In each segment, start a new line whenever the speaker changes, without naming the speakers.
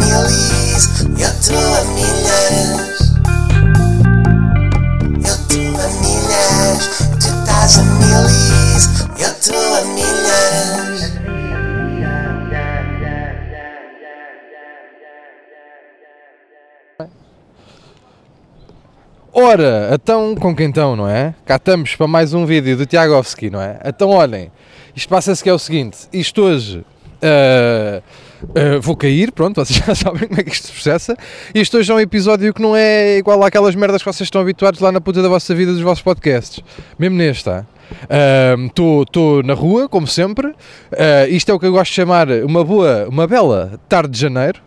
feliz. Eu estou a milhas. Eu estou a milhas. Tu estás a milhas. Eu estou a milhas.
Ora, então com quem então, não é? Cá estamos para mais um vídeo do Tiagovski, não é? Então olhem, isto passa-se que é o seguinte, isto hoje ah, ah, vou cair, pronto, vocês já sabem como é que isto se processa. Isto hoje é um episódio que não é igual àquelas merdas que vocês estão habituados lá na puta da vossa vida dos vossos podcasts. Mesmo neste, ah. Estou na rua, como sempre. Ah, isto é o que eu gosto de chamar uma boa, uma bela tarde de janeiro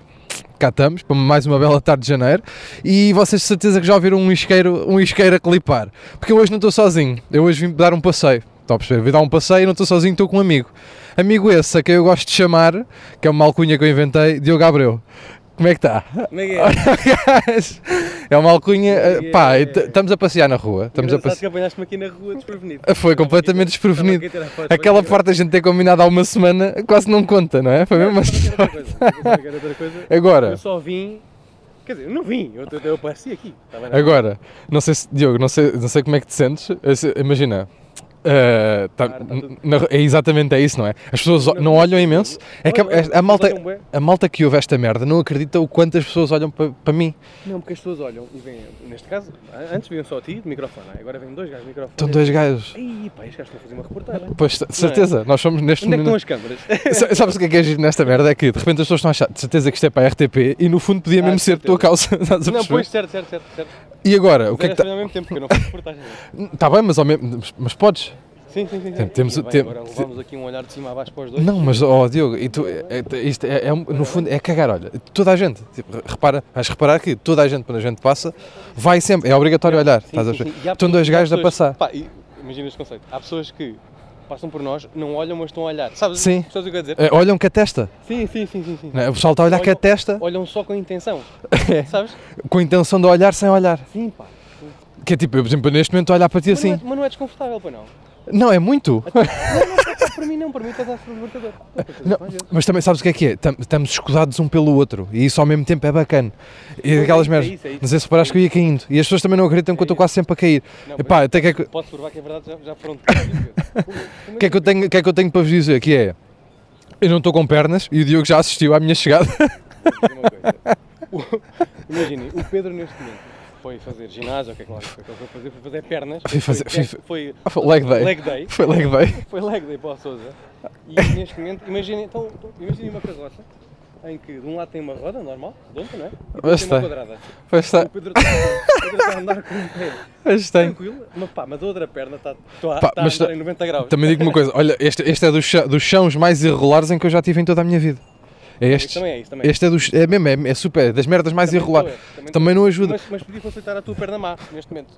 cá estamos, para mais uma bela tarde de janeiro e vocês de certeza que já ouviram um isqueiro, um isqueiro a clipar, porque eu hoje não estou sozinho, eu hoje vim dar um passeio, estão a perceber? Vim dar um passeio e não estou sozinho, estou com um amigo. Amigo esse a quem eu gosto de chamar, que é uma alcunha que eu inventei, Diogo Abreu. Como é que está?
Como é que é?
Gajo, é uma alcunha, eh, pá, e t- estamos a passear na rua, estamos a
Engraçado
passear.
que apanhaste-me aqui na rua desprevenido.
Foi completamente desprevenido. Aquela parte a gente ter combinado há uma semana quase não conta, não é? Foi mesmo assim.
Outra coisa, quero outra coisa.
Agora.
Eu só vim. Quer dizer, eu não vim, eu, eu, eu apareci aqui. tá estava na-
Agora, não sei se, Diogo, não sei, não sei como é que te sentes. Eu sei- Imagina. eh, tá-
Claro, tá tudo-
na- é exatamente é isso, não é? As pessoas o- não olham imenso. É que a,
Olham,
a malta,
olham um bué.
a malta que ouve esta merda não acredita o quanto as pessoas olham para mim.
Não, porque as pessoas olham e vêm, neste caso, a- antes vinham só a ti de microfone, é? agora vêm dois gajos de microfone.
Estão dois gajos.
Ih, pá, estes gajos estão a fazer uma reportagem.
Pois, de certeza, nós somos neste
é? Onde é que estão
momento.
as câmaras?
Sa- Sabes o que é que é giro nesta merda? É que de repente as pessoas estão a achar de certeza que isto é para a RTP e no fundo podia
Ah,
mesmo
de
ser de tua causa. estás a
Não,
perceber?
pois, certo, certo, certo. certo.
E agora? O que é que
Era
está.
ao mesmo tempo, porque eu não faço reportagem. não.
Está bem, mas, ao mesmo... mas, mas podes.
Sim, sim, sim. sim.
Tem- temos
E
o
bem,
tempo-
Agora levamos aqui um olhar de cima a baixo para os dois.
Não, mas ó Diogo, e tu, é, é- isto é, é um- no fundo é cagar, olha, toda a gente, tipo, re- repara, vais reparar que toda a gente quando a gente passa vai sempre, é obrigatório olhar,
Sim,
estás a
sim, sim.
ver?
E há
Estão
pessoas-
dois
há
gajos a
pessoas-
passar.
pá, e- imagina este conceito. Há pessoas que passam por nós, não olham, mas estão a olhar. Sabes,
Sim.
sabes o que eu quero dizer?
É, olham com a testa,
Sim, sim, sim, sim. sim.
né? o pessoal está a olhar com a
Olham-
testa,
Olham só com intenção.
É.
Sabes?
com a intenção de olhar sem olhar.
Sim, pá.
Que é tipo, eu, por exemplo, neste momento olhar para ti
Mas, não é,
assim.
mas não é desconfortável, pá, não.
Não, é muito.
Para mim não, para mim está a dar-se um libertador.
Não, mas também sabes o que é que é? Tam- Estamos escudados um pelo outro e isso ao mesmo tempo é bacana. E
é
aquelas
isso,
merdas.
é isso, é isso.
Não sei se reparaste que eu ia caindo. E as pessoas também não acreditam que eu estou quase sempre a cair.
Não,
Epá, até que é que.
Posso provar que é verdade, já, já foram.
O que, é que eu tenho, o que é que eu tenho para vos dizer? Que é, eu não estou com pernas e o Diogo já assistiu à minha chegada.
Imaginem, o Pedro neste momento foi fazer ginásio, o que é que lá foi que ele foi fazer? Foi fazer pernas.
Fui fazer-
foi,
fui-
foi
Foi Ah, é. leg day.
leg day.
Foi leg day.
Foi leg day para o Sousa. E neste momento, imaginem então, então, imaginem uma carroça em que de um lado tem uma roda normal, redonda, não é? E depois
Mas
tem uma
tem.
quadrada.
Pois
O
está,
Pedro está o Pedro está a andar com um pé
pois tem.
tranquilo, mas pá, mas a outra perna está, está,
Pá,
está a
mas
andar
tá-
em 90 graus.
Também digo uma coisa, olha, este, este é dos, chão- dos chãos mais irregulares em que eu já tive em toda a minha vida. É
Isso
este.
também é isso, também é.
Este é dos. É mesmo, é, é super, é das merdas mais
Também
irregulares.
estou eu, também
Também não ajuda.
Mas, mas podia facilitar a tua perna má neste momento.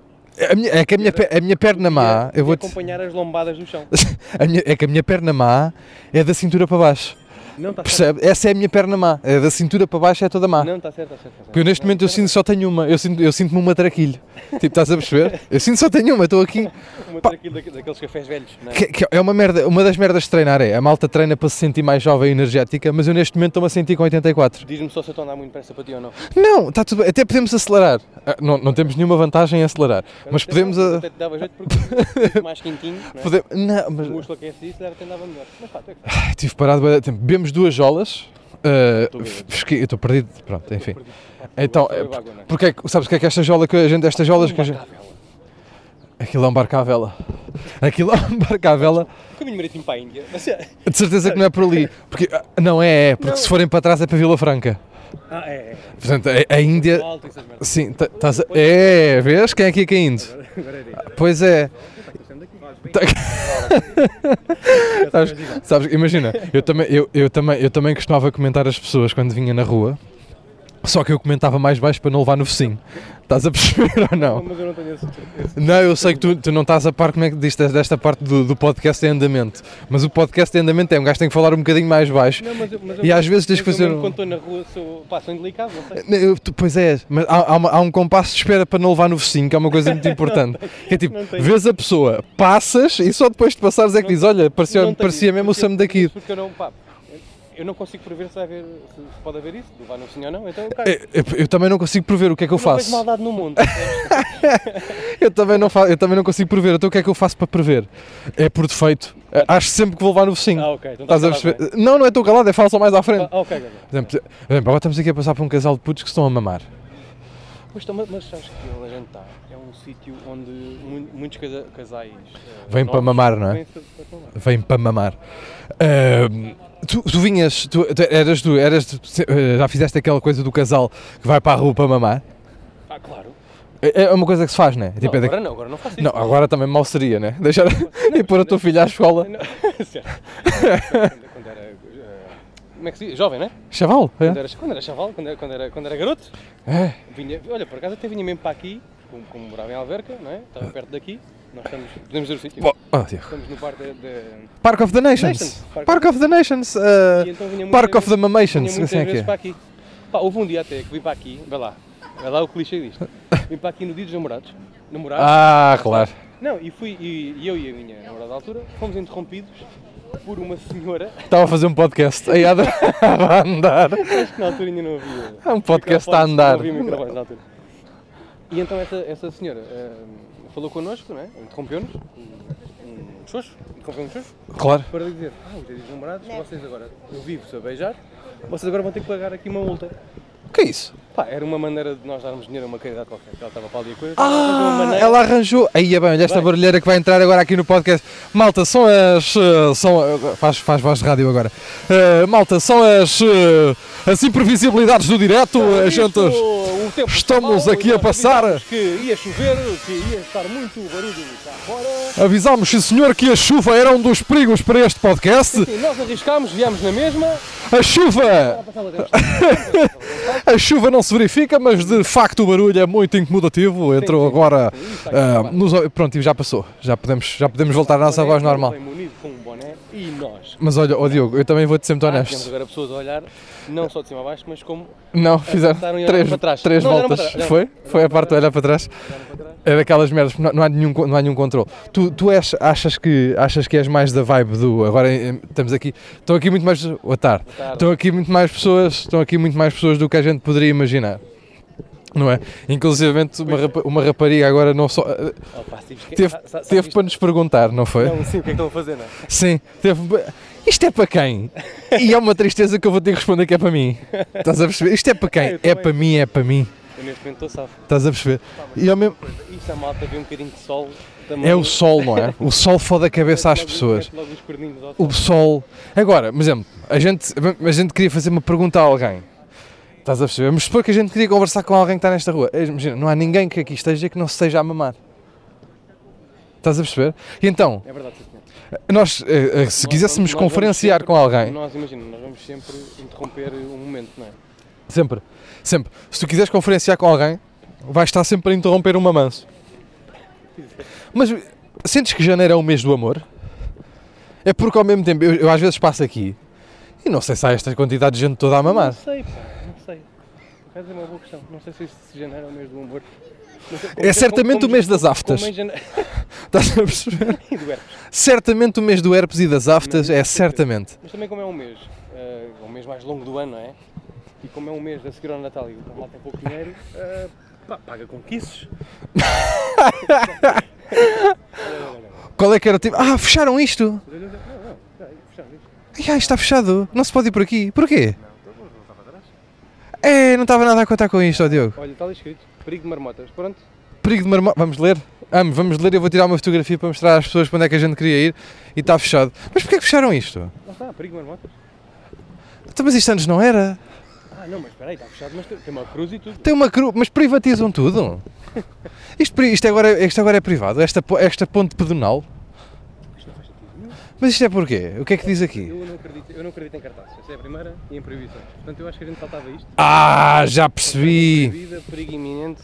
A minha- é que a minha, pe- a minha perna má,
Podia-
eu vou
podia acompanhar as lombadas do chão.
a minha- É que a minha perna má é da cintura para baixo.
Não está certo.
Percebe? Essa é a minha perna má. É da cintura para baixo é toda má.
Não está certo, está certo. Tá certo.
Porque eu neste momento eu sinto que só tenho uma, eu sinto- eu sinto-me um matraquilho. Tipo, estás a perceber? Eu sinto que só tenho uma, estou aqui.
Uma
pá.
daquilo- daqueles cafés velhos, não é?
Que- que é uma merda, uma das merdas de treinar é, a malta treina para se sentir mais jovem e energética, mas eu neste momento estou-me a sentir com 84.
Diz-me só se eu estou a andar muito depressa para ti ou não.
Não, está tudo bem, até podemos acelerar. Ah, Não, não temos nenhuma vantagem em acelerar, mas podemos... uh,
Até-
A,
Até te dava jeito porque fica mais quentinho, não é?
pode- não, mas
o músculo aquece isso, deve ter andava melhor. Mas pá, tu é que sabes.
ai, tive parado bué de tempo. Bebemos duas jolas, ah,
Estou bêbado.
pesqui- eu estou perdido, pronto, enfim.
Então,
Então,
eu
é,
bebo água, não é?
porque é que- sabes o que é que esta jola que a gente, estas jolas que a gente... Aquilo é um barco à vela. Aquilo é um barco à vela.
O caminho marítimo para a Índia. Mas, é-
De certeza que não é por ali. Porque, ah, não é, é, porque se forem para trás é para Vila Franca.
ah, é, é.
Portanto, a, a Índia.
é Alto, essas merdas.
Sim, tá- tás a- É, vês? Quem é que ia caindo?
Agora é disso.
Pois é. Tá-
Estamos aqui.
Sabes, sabes, imagina, eu também, eu, eu, também, eu também costumava comentar as pessoas quando vinha na rua, só que eu comentava mais baixo para não levar no focinho. Estás a perceber ou não?
Mas eu não tenho esse. tipo esse-
Não, eu sei que tu, tu não estás a par como é que diz, desta parte do, do podcast em andamento, mas o podcast em andamento é um gajo que tem que falar um bocadinho mais baixo.
Não, mas, eu- mas eu-
E às vezes tens
mas
que
eu
fazer
mesmo
um-
Quando estou na rua, sou, pá, sou indelicado, não sei.
Não, eu- tu- pois é, mas há, há uma- há um compasso de espera para não levar no focinho, que é uma coisa muito importante. Que é tipo,
não tenho.
vês a pessoa, passas e só depois de passares é que diz: Olha, parecia,
Não tenho
parecia
isso,
mesmo o
porque-
Sam daqui.
Porque eu não, pá, Eu não consigo prever se, vai haver, se pode haver isso, não vai no sim ou não, então eu caio.
Eu, É, eu- eu também não consigo prever o que é que eu
Eu não vejo
faço.
maldade no mundo. Ah, percebes?
Eu também, não fa eu também não consigo prever. Então o que é que eu faço para prever? É por defeito. Eh, Acho sempre que vou levar no
ah,
focinho.
ok. Então
Estás a
tá bem.
perceber? Não, não é tão calado, é só mais à frente.
Ah, ok, ok, ok.
Por exemplo, por exemplo, agora estamos aqui a passar por um casal de putos que estão a mamar.
Mas, tam- mas sabes que onde a gente está é um sítio onde mu- muitos casa- casais. eh,
Vêm para
novos
mamar, não é?
vêm para- para mamar.
Vêm para mamar. Ahm, tu, tu vinhas, tu, tu eras tu, eras, tu- se- eh, já fizeste aquela coisa do casal que vai para a rua para mamar?
Ah, claro.
É, é uma coisa que se faz, né? Tipo,
Não,
é da-
agora não, agora não faço isso.
Não, agora também mal seria, né? Deixar e pôr a tua filha à escola.
Não, certo. Quando- Quando era. eh, Como é que se diz? Jovem, né?
Chaval, é?
Quando era, quando era chaval, quando era, quando era, quando era garoto,
É.
vinha, olha, por acaso até vinha mesmo para aqui, como, como morava em Alverca, não é? Estava perto daqui, nós estamos, podemos dizer o sítio,
Bom, oh, Diogo.
estamos no parque de, de-
Park of the Nations.
Nations, Park-
Park, of the Nations. eh,
E então vinha muitas
Park of the
vezes-
Mamations.
vinha muitas
Assim é que
vezes
é.
para aqui. Pá, houve um dia até que vim para aqui, vai lá, vai lá o clichê disto, vim para aqui no dia dos namorados, namorados,
Ah, claro.
não, e fui, e, e eu e a minha namorada da altura, fomos interrompidos por uma senhora,
Estava a fazer um podcast. Aí a a andar.
acho que na altura ainda não havia...
É um podcast a
microfones,
andar.
Não havia microfones na altura. E então essa, essa senhora ah, falou connosco, não é? interrompeu-nos, um, um xoxo, interrompeu um xoxo,
Claro.
para dizer, ah, os dias dos namorados, vocês agora, eu vivo-se a beijar, vocês agora vão ter que pagar aqui uma multa.
O que é isso?
Pá, era uma maneira de nós darmos dinheiro a uma caridade qualquer, que ela estava para ali a coisa.
Ah, ela arranjou. Aí é bem, olha esta barulheira que vai entrar agora aqui no podcast. Malta, são as. eh, São, eh, faz, faz voz de rádio agora. Eh, malta, são as. eh, As imprevisibilidades do direto. A gente.
o um tempo está
estamos
mau,
aqui a
nós
passar.
avisámos Que ia chover, que ia estar muito barulho cá fora.
Avisámos, sim senhor, que a chuva era um dos perigos para este podcast.
Sim, nós arriscámos, viemos na mesma.
A chuva!
Ah, passava tempo.
A chuva não se verifica, mas de facto o barulho é muito incomodativo. Entrou agora.
Isso
ah,
aqui,
nos, pronto, e já passou. Já podemos, já podemos voltar à nossa
Boné,
voz normal.
bem munido com um boné e nós.
Mas olha, ó Diogo, eu também vou-te ser muito
Temos
honesto.
agora pessoas a olhar, não só de cima a baixo, mas como
Não, fizeram
Apontaram e olharam
três,
para trás.
três
Não, olharam
voltas.
para trás,
Foi?
olharam.
Foi a parte de olhar para trás.
olharam para trás.
É daquelas merdas, não, não há nenhum, con- não há nenhum controle. Tu, tu és- achas, que, achas que és mais da vibe do. Agora eh, estamos aqui. Estão aqui muito mais. Boa tarde.
tarde.
Estão aqui muito mais pessoas. Estão aqui muito mais pessoas do que a gente poderia imaginar. Não é? Inclusive uma, rapa- uma rapariga agora não só. eh,
Opa, sabes que-
Teve,
sa- sa-
teve
sabes
para nos perguntar, não foi?
Não, sim, o que é que estão a fazer, não é?
Sim, teve. pa- Isto é para quem? E é uma tristeza que eu vou ter que responder que é para mim. Estás a perceber? Isto é para
Eu
quem?
também.
É para mim, é para mim.
Eu neste momento estou safo.
Estás a perceber? E ao mesmo...
Isto a malta vê um bocadinho de sol. também-
É o sol, não é? O sol foda a cabeça às
Logo-
pessoas.
mete logo os corninhos ao sol.
O sol. Agora, por exemplo, a gente, a gente queria fazer uma pergunta a alguém. Estás a perceber? Vamos supor que a gente queria conversar com alguém que está nesta rua. Imagina, não há ninguém que aqui esteja que não se esteja a mamar. Estás a perceber? E então,
É verdade, sim, senhor.
Nós, eh, eh, se
Nós
quiséssemos
vamos- nós
conferenciar
vamos
com alguém,
Nós, imagina, nós vamos sempre interromper um momento, não é?
sempre, sempre, se tu quiseres conferenciar com alguém, vais estar sempre a interromper um mamanço. Mas eh, sentes que janeiro é o mês do amor? É porque ao mesmo tempo, eu, eu às vezes passo aqui e não sei se há esta quantidade de gente toda a
Não
mamar.
sei, pá, não sei. Por acaso é uma boa questão. Não sei se este de janeiro é o mês do amor. Não sei- como-
É certamente
como-
o mês das aftas.
Como em janeiro.
Estás a perceber?
E do herpes.
Certamente o mês do herpes e das aftas,
Não, não
é
sei.
certamente.
Mas também como é um mês, eh, é um mês mais longo do ano, não é? E como é um mês a seguir ao Natal e o mal tem pouco dinheiro, eh, pá, paga com kisses.
Qual é que era o tipo? Ah, fecharam isto!
Não, não, não, peraí, fechamos isto.
Ah, está fechado, não se pode ir por aqui. Porquê? É, não estava nada a contar com isto, ó Diogo.
Olha, está ali escrito, perigo de marmotas. Pronto,
Perigo de marmota. Vamos ler? Amo, vamos ler. Eu vou tirar uma fotografia para mostrar às pessoas para onde é que a gente queria ir e está fechado. Mas porquê que fecharam isto?
lá está, perigo de marmotas.
Então, mas isto antes não era?
Ah, não, mas espera aí, está fechado, mas tem tem uma cruz e tudo.
Tem uma cruz, mas privatizam tudo. Isto, pri- isto, agora, é- isto agora é privado, esta, po- esta ponte pedonal.
Isto não faz sentido nenhum.
Mas isto é porquê? O que é que diz aqui?
Eu não acredito, eu não acredito em cartazes. Essa é a primeira e em proibições. Portanto, eu acho que a gente saltava isto.
Ah, já percebi!
Vida, perigo iminente,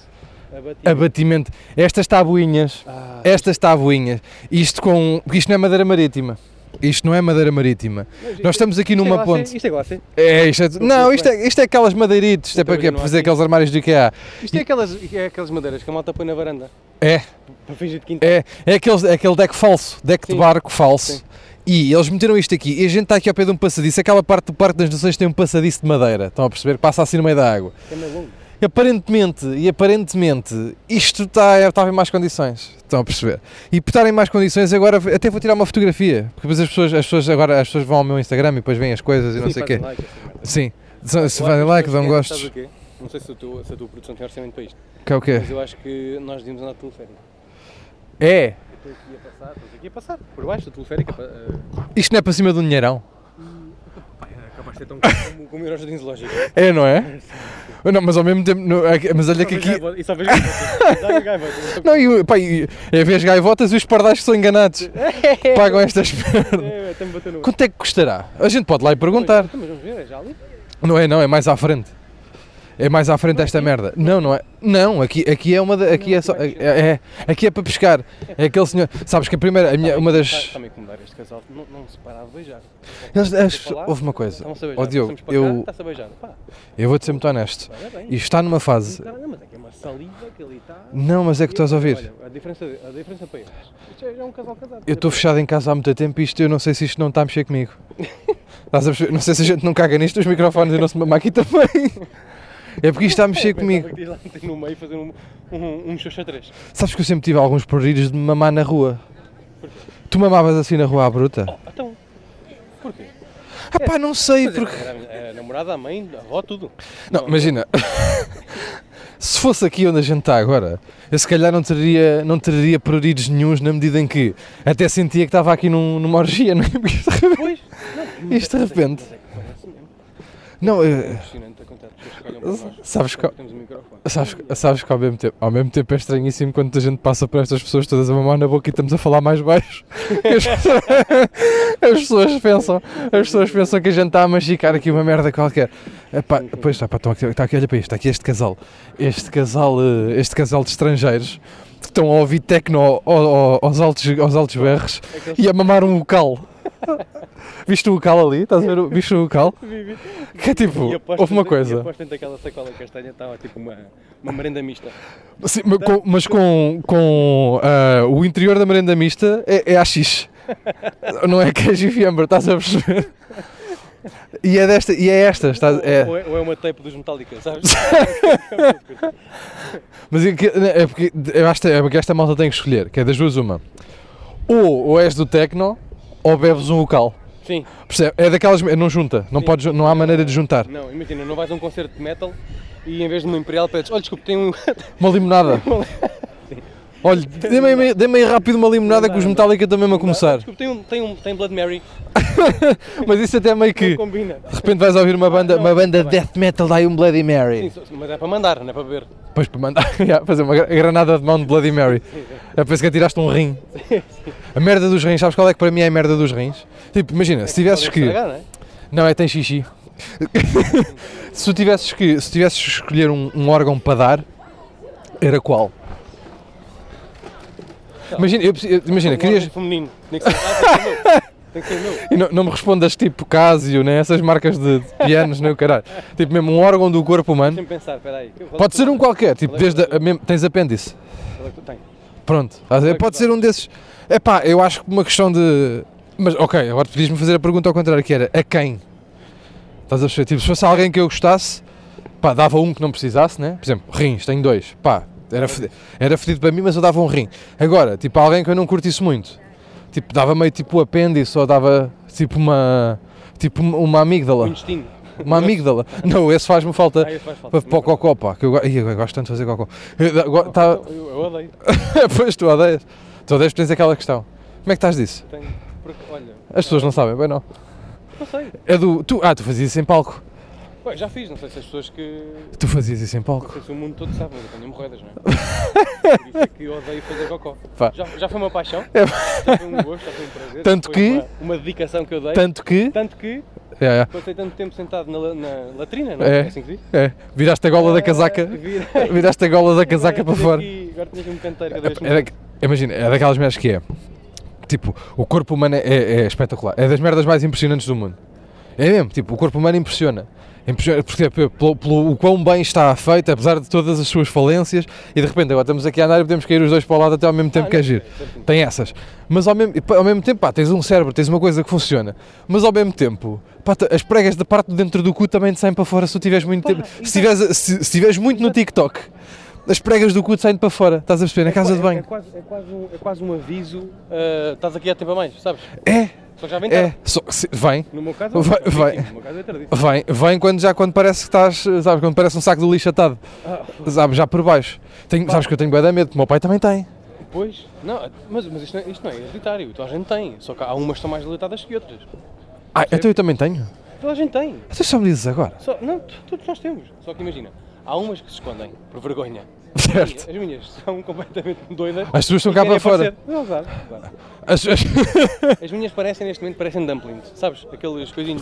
abatido.
Abatimento. Estas tabuinhas.
Ah,
Estas tabuinhas. Isto com. Isto não é madeira marítima. Isto não é madeira marítima. Nós estamos aqui
isto é
numa
glacê,
ponte.
Isto é glacê.
É, isto é, não, isto é, isto é aquelas madeiritas, isto é para
Então, mas
quê?
não
Para
há
fazer
aqui-
aqueles armários do IKEA.
Isto é aquelas, é aquelas madeiras que a malta põe na varanda
É,
para fingir de quinta.
é, é, aqueles, é aquele deck falso, deck
Sim.
de barco falso.
Sim.
E eles meteram isto aqui, e a gente está aqui ao pé de um passadiço, aquela parte do Parque das Nações tem um passadiço de madeira, estão a perceber? Que passa assim no meio da água.
É meio longo.
E aparentemente, e aparentemente, isto está, estava em más condições, estão a perceber? E por estar em más condições, agora até vou tirar uma fotografia, porque depois as pessoas, as pessoas agora as pessoas vão ao meu Instagram e depois veem as coisas e não
Sim,
sei o
fazem
quê.
like, essa merda.
Sim, se se
Eu
fazem
acho que
like,
as
dão
pessoas querem, é, sabes
gostos,
o quê? Não sei se, o teu, se a tua produção tem orçamento para isto,
que é o quê?
mas eu acho que nós devíamos andar de teleférico.
É,
Eu estou aqui a passar, estou aqui a passar, por baixo do teleférico. apa- eh,
isto não é para cima do dinheirão.
É capaz de ser tão caro como, como o Eurojardins Lógico.
É, não é? Não, mas ao mesmo tempo, não, é que- mas olha que aqui...
E só vejo gaivotas. Dá-lhe gaivotas.
Não, e, o- pá, e, é ver as gaivotas e os pardais que são enganados. Pagam estas merdas.
É, até me bateu no
Quanto é que custará? A gente pode lá e perguntar.
Mas vamos ver, é já ali?
Não é, não, é mais à frente. É mais à frente esta merda. Não, não é. Não, aqui, aqui é uma da- aqui é só é, é- aqui é para pescar. É aquele senhor, sabes que a primeira, a minha, uma das
Está-me a incomodar este casal, não, não se para a beijar.
eles, as,
Estou a falar,
houve uma coisa.
Estão-se a beijar.
Ó Diogo,
Passamos para cá,
eu
Está-se a beijar. Pá,
eu vou-te ser muito honesto.
olha bem.
Isto está numa fase.
Cara, não, mas é que é uma saliva que ali está.
Não, mas é que estás a ouvir.
Olha, a diferença, a diferença para eles. Isto é, é um casal casado.
Eu estou fechado em casa há muito tempo e isto eu não sei se isto não está a mexer comigo. Estás a perceber? Não sei se a gente não caga nisto, os microfones e não se mamar aqui também. É porque isto está a mexer comigo.
Pensava que ias lá meter no meio fazer um, um, um xoxa 3.
Sabes que eu sempre tive alguns pruridos de me mamar na rua. Tu mamavas assim na rua à bruta?
Então, porquê?
Ah pá, não sei,
Mas era-
porque...
era a minha- era a namorada, a mãe, a avó, tudo.
Não, imagina. se fosse aqui onde a gente está agora, eu se calhar não teria, não teria pruridos nenhuns na medida em que até sentia que estava aqui num, numa orgia, não é? Porque isto de repente-
Pois, não,
Isto de
mas é que-
repente.
mas é que parece mesmo.
Não, eu-
Impressionante a quantidade de pessoas que olham para nós.
Sabes
Só
qual-
que Temos o microfone.
sabes, sabes que ao mesmo, tempo, ao mesmo tempo é estranhíssimo quando a gente passa por estas pessoas todas a mamar na boca e estamos a falar mais baixo. As pessoas, as pessoas pensam, as pessoas pensam que a gente está a masticar aqui uma merda qualquer. Epá, pois está, estão aqui, está aqui, olha para isto, está aqui este casal, este casal, eh, este casal de estrangeiros que estão a ouvir tecno ao- ao- aos altos, aos altos berros
É
e a mamar um vocal. Viste o vocal ali? Estás a ver? o- Viste o vocal?
Vivi.
Que é tipo,
E aposto
houve uma
dentro- E
coisa.
aposto dentro daquela sacola castanha estava tipo uma, uma merenda mista.
Sim, mas com, mas com- com, ah, o interior da merenda mista é, é AX. Não é queijo e fiambre, estás a perceber? E é desta, e é esta, estás, é.
Ou, é, ou é uma tape dos Metallica, sabes?
Mas é, que- é porque eu acho que é porque esta malta tem que escolher, que é das duas uma. Ou, ou és do Tecno, ou bebes um local.
Sim.
Percebe? É daquelas, não junta, não, podes, não há maneira de juntar.
Não, imagina, não vais a um concerto de metal e em vez de um Imperial pedes, olha, desculpe, tem um.
Uma limonada. Olha, dê-me aí- dê-me aí rápido uma limonada que os Metallica também me a começar.
Desculpe, tem um, tem um tem Blood Mary.
Mas isso até meio que.
Não combina.
De repente vais ouvir uma banda,
não,
uma banda
tá bem.
death metal, dá aí um Bloody
Sim,
Mary.
só- mas é para mandar, não é para beber.
Depois para mandar, yeah, fazer uma gra- granada de mão de Bloody Mary. É por isso que atiraste um rim. A merda dos rins, sabes qual é que para mim é a merda dos rins? Tipo, imagina, se tivesses
Podem
que.
estragar, não é?
Não, é tem xixi. se tu tivesses que. Se tivesses que escolher um, um órgão para dar, era qual? Imagina, eu, preciso- eu- imagina,
Um órgão
querias.
feminino. Tem que ser, ah, tem que ser meu. Tem que ser meu.
E não, não me respondas tipo Casio, né? Essas marcas de, de pianos, não é o caralho. Tipo mesmo um órgão do corpo humano.
Deixa-me pensar, espera aí. Qual é que
Pode
tu-
ser um qualquer, tipo,
Qual é que
desde
tu-
a, mesmo- tens apêndice.
qual é que tu tens?
Pronto, estás a ver? pode ser um desses. É pá, eu acho que uma questão de. Mas ok, agora tu podias-me fazer a pergunta ao contrário, que era a quem? Estás a perceber? Tipo, se fosse alguém que eu gostasse, pá, dava um que não precisasse, né? Por exemplo, rins, tenho dois, pá, era fedido, era fedido para mim, mas eu dava um rim. Agora, tipo, alguém que eu não curtisse muito, tipo, dava meio tipo o apêndice ou dava tipo uma. tipo uma
Um
amígdala.
intestino.
Uma amígdala. Não, esse faz-me falta.
Ah, esse faz falta.
Ah. Para, para o cocó, pá, que eu, go- Ih, eu gosto tanto de fazer cocó. Eu, da- go- tá-
Eu, eu odeio.
pois tu odeias. Tu odeias porque tens aquela questão. Como é que estás disso?
Tenho. Porque, olha,
As pessoas não sabem, bem não.
não sei.
É do. Tu, ah, tu fazias isso em palco.
Ué, já fiz, não sei se as pessoas que.
Tu fazias isso em
Não
palco.
sei se o mundo todo sabe, mas eu tenho hemorroidas, não é? Por isso é que eu odeio fazer cocó.
Pá.
Já, já foi uma paixão,
É,
já foi um gosto, já foi um prazer.
Tanto
foi
que-
Uma, uma dedicação que eu dei.
tanto que.
Tanto que
É,
passei tanto tempo sentado na, la- na latrina, não é?
É.
assim que diz?
é, é. Viraste a gola da casaca.
Virei.
Viraste a gola da casaca para fora.
Agora tenho aqui- Agora tinha aqui um canteiro cada vez
É da- imagina, é daquelas merdas que é. Tipo, o corpo humano é, é espetacular. É das merdas mais impressionantes do mundo. É mesmo, tipo, o corpo humano impressiona. Impressiona porque, tipo, pelo, pelo o quão bem está feito, apesar de todas as suas falências, e de repente agora estamos aqui a andar e podemos cair os dois para o lado até ao mesmo tempo que
não,
agir.
é, certinho.
Tem essas. Mas ao mesmo, e pá, ao mesmo tempo, pá, tens um cérebro, tens uma coisa que funciona. Mas ao mesmo tempo, pá, t- as pregas da parte de dentro do cu também te saem para fora se tu tiveres muito tempo. Se tiveres, se, se tiveres muito no TikTok, as pregas do cu te saem para fora. Estás a perceber? Na casa
é,
de banho.
É quase, é quase um, é quase um aviso. ah, estás aqui há tempo a mais, sabes?
É,
Só que já vem
é.
tarde.
Só, se- vem.
No meu caso,
Vai-
é
vai.
tardíssimo, No meu caso é tardíssimo.
Vem, vem quando já quando parece que estás, sabes, quando parece um saco de lixo atado,
Ah,
sabes, já por baixo. Tenho, sabes que eu tenho bué de medo, que o meu pai também tem.
Pois, não, mas, mas isto, não é, isto não é hereditário. Toda a gente tem. Só que há umas que são mais deletadas que outras.
Ah, então eu também tenho.
Toda a gente tem.
Então só me dizes agora.
Só, não, t- todos nós temos. Só que imagina, há umas que se escondem, por vergonha.
Certo.
As minhas são completamente doidas.
As tuas estão
e é
cá
querem
para fora.
aparecer. Não, claro, claro.
As- as-
As minhas parecem, neste momento, parecem dumplings. Sabes? Aqueles coisinhos.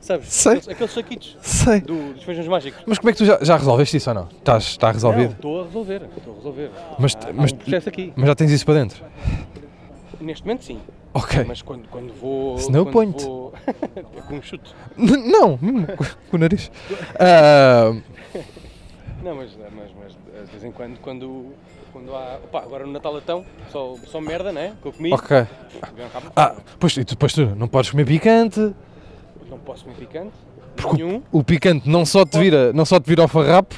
Sabes?
Sei.
Aqueles, aqueles saquitos
Sei.
do- dos feijões mágicos.
Mas como é que tu já, já resolveste isso ou não? Estás, está
Não,
resolvido?
estou a resolver. Estou a resolver.
Mas-
Há- há
mas-
um processo aqui.
Mas já tens isso para dentro?
Neste momento, sim.
Ok.
Mas quando, quando vou.
Se não,
quando
ponho-te.
vou- É com um chute.
N- Não, hum, com- com o nariz. Ah,
Não, mas, mas, mas de vez em quando, quando, quando há. Opá, agora no Natal então, só, só merda, né? Que eu comi.
ok.
Vieram cá para
Ah, pois, e tu, pois tu não podes comer picante.
fora. Não posso comer picante.
Porque
Nenhum.
o, o picante não só te vira, não só te vira ao farrapo.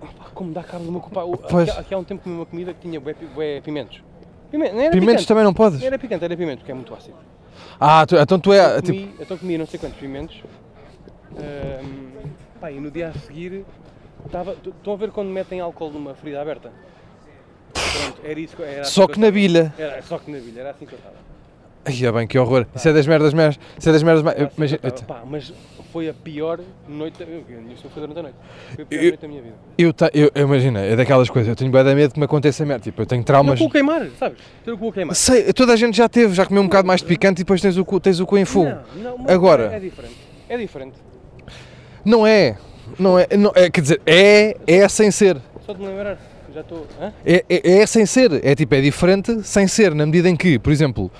Pá, como dá cabo de uma culpa.
Pois.
Aqui, há- aqui há um tempo comi uma comida que tinha bué, pi- bué pimentos. Pimentos, não era
Pimentos
É picante.
também não podes.
Não era picante, era pimento, porque é muito ácido.
Ah, tu- então tu é
Eu
tipo.
comi, então comi não sei quantos pimentos. Ahm, pá, e no dia a seguir estava. t- Estão a ver quando metem álcool numa ferida aberta? Pronto, era isso. Era assim
Só que na
eu estava.
bilha.
Era só que na bilha, era assim que eu estava.
Ai, é bem, que horror. Isso é das merdas mais. Isso é das merdas mais.
Era assim que eu
Imagina-
estava. Pá, mas foi a pior noite. Eu, eu, isso foi durante a noite. Foi a pior
Eu-
noite da minha vida.
Eu, ta- eu, eu imagino, é daquelas coisas. Eu tenho bem medo que me aconteça merda. Tipo, eu tenho
Mas...
traumas.
Ter o cu a queimar, sabes? Ter o cu a queimar.
Sei, toda a gente já teve, já comeu um bocado mais de picante e depois tens o cu, tens o cu em fogo.
Não, não, mas
Agora.
É diferente. É diferente.
Não, é. Não é, não é. Quer dizer, é, é sem ser.
Só de me lembrar. Já estou. hã?
É, é, é sem ser. É tipo, é diferente sem ser, na medida em que, por exemplo,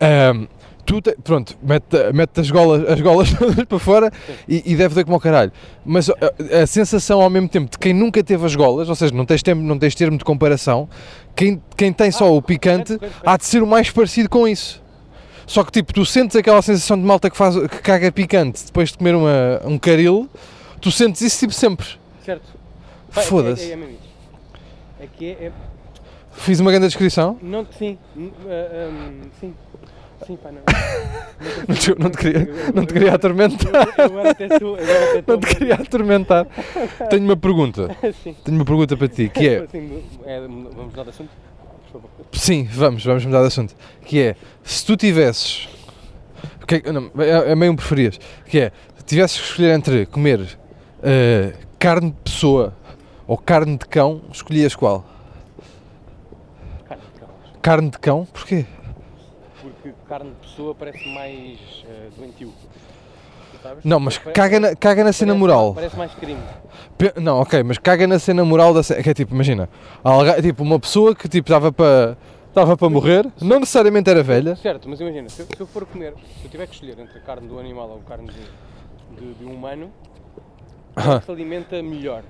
ahm, tu te- pronto, mete, mete as golas, as golas todas para fora e, e deve ter como ao caralho. Mas a, a sensação ao mesmo tempo de quem nunca teve as golas, ou seja, não tens, tempo, não tens termo de comparação, quem, quem tem só o picante
correto, correto.
há de ser o mais parecido com isso. Só que tipo, tu sentes aquela sensação de malta que, faz, que caga picante depois de comer uma, um caril, tu sentes isso tipo sempre.
Certo. Pá, é que é-
Foda-se.
É, é, mesmo isso. é que é. é-
Fiz uma grande descrição.
não, sim. n- ah, hum, sim. Sim, pá, não.
Não te, não te queria, não te queria atormentar.
Eu- Agora até tu. Agora até um tu.
Não te queria atormentar. Tenho uma pergunta.
Sim.
Tenho uma pergunta para ti, que é...
Assim, é, vamos mudar de assunto? Por favor.
Sim, vamos, vamos mudar de assunto. Que é, se tu tivesses... o que é que- não, é, é meio um preferias. Que é, se tivesses que escolher entre comer eh, carne de pessoa ou carne de cão, escolhias qual?
Carne de cavalos.
Carne de cão? Porquê?
Porque carne de pessoa parece mais eh, doentio. Sabes?
Não, mas
Parece-
caga na, caga na cena
parece-
moral.
Parece mais crime.
Pe- Não, ok, mas caga na cena moral da cena. Que é tipo, imagina, alga- tipo, uma pessoa que tipo estava para estava para morrer, não necessariamente era velha.
Certo, mas imagina, se eu, se eu for comer, se eu tiver que escolher entre a carne do animal ou a carne de, de, de um humano, é
Ah.
que se alimenta melhor.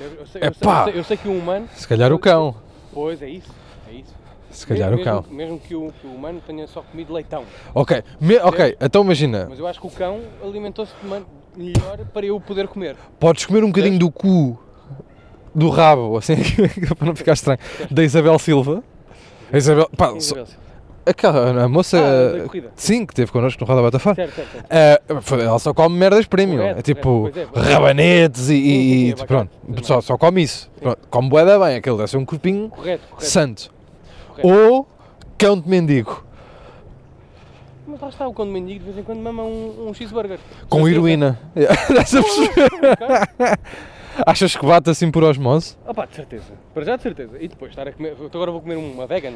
Eu, eu sei, eu, sei,
Epá!
eu sei- eu sei que o humano.
Se calhar o cão.
Pois é isso, é isso.
Se calhar o
mesmo,
cão.
Mesmo, mesmo que, o, que o humano tenha só comido leitão.
Ok, me- ok, então imagina,
Mas eu acho que o cão alimentou-se de man- melhor para eu poder comer.
podes comer um bocadinho do cu do rabo, assim, para não ficar estranho, da Isabel Silva. A Isabel, pá, só-
Isabel?
aquela a moça,
Ah, da corrida.
sim, que teve connosco no Roda Batafá.
Certo, certo, certo.
Ah, foi- ela só come merdas premium,
Correto,
é tipo
correto, pois é, pois é.
rabanetes e, e-
sim,
e
abacate,
pronto,
tudo
só,
bem.
só come isso. Pronto, come boeda bem, aquele deve ser um corpinho
Correto, correto.
santo.
Correto.
Ou cão de mendigo,
Mas lá está, o cão de mendigo de vez em quando mama um, um cheeseburger.
com heroína. Estás a perceber? Achas que bate assim por osmose?
Ah pá, de certeza. Para já de certeza. E depois estar a comer. eu Agora vou comer uma vegan.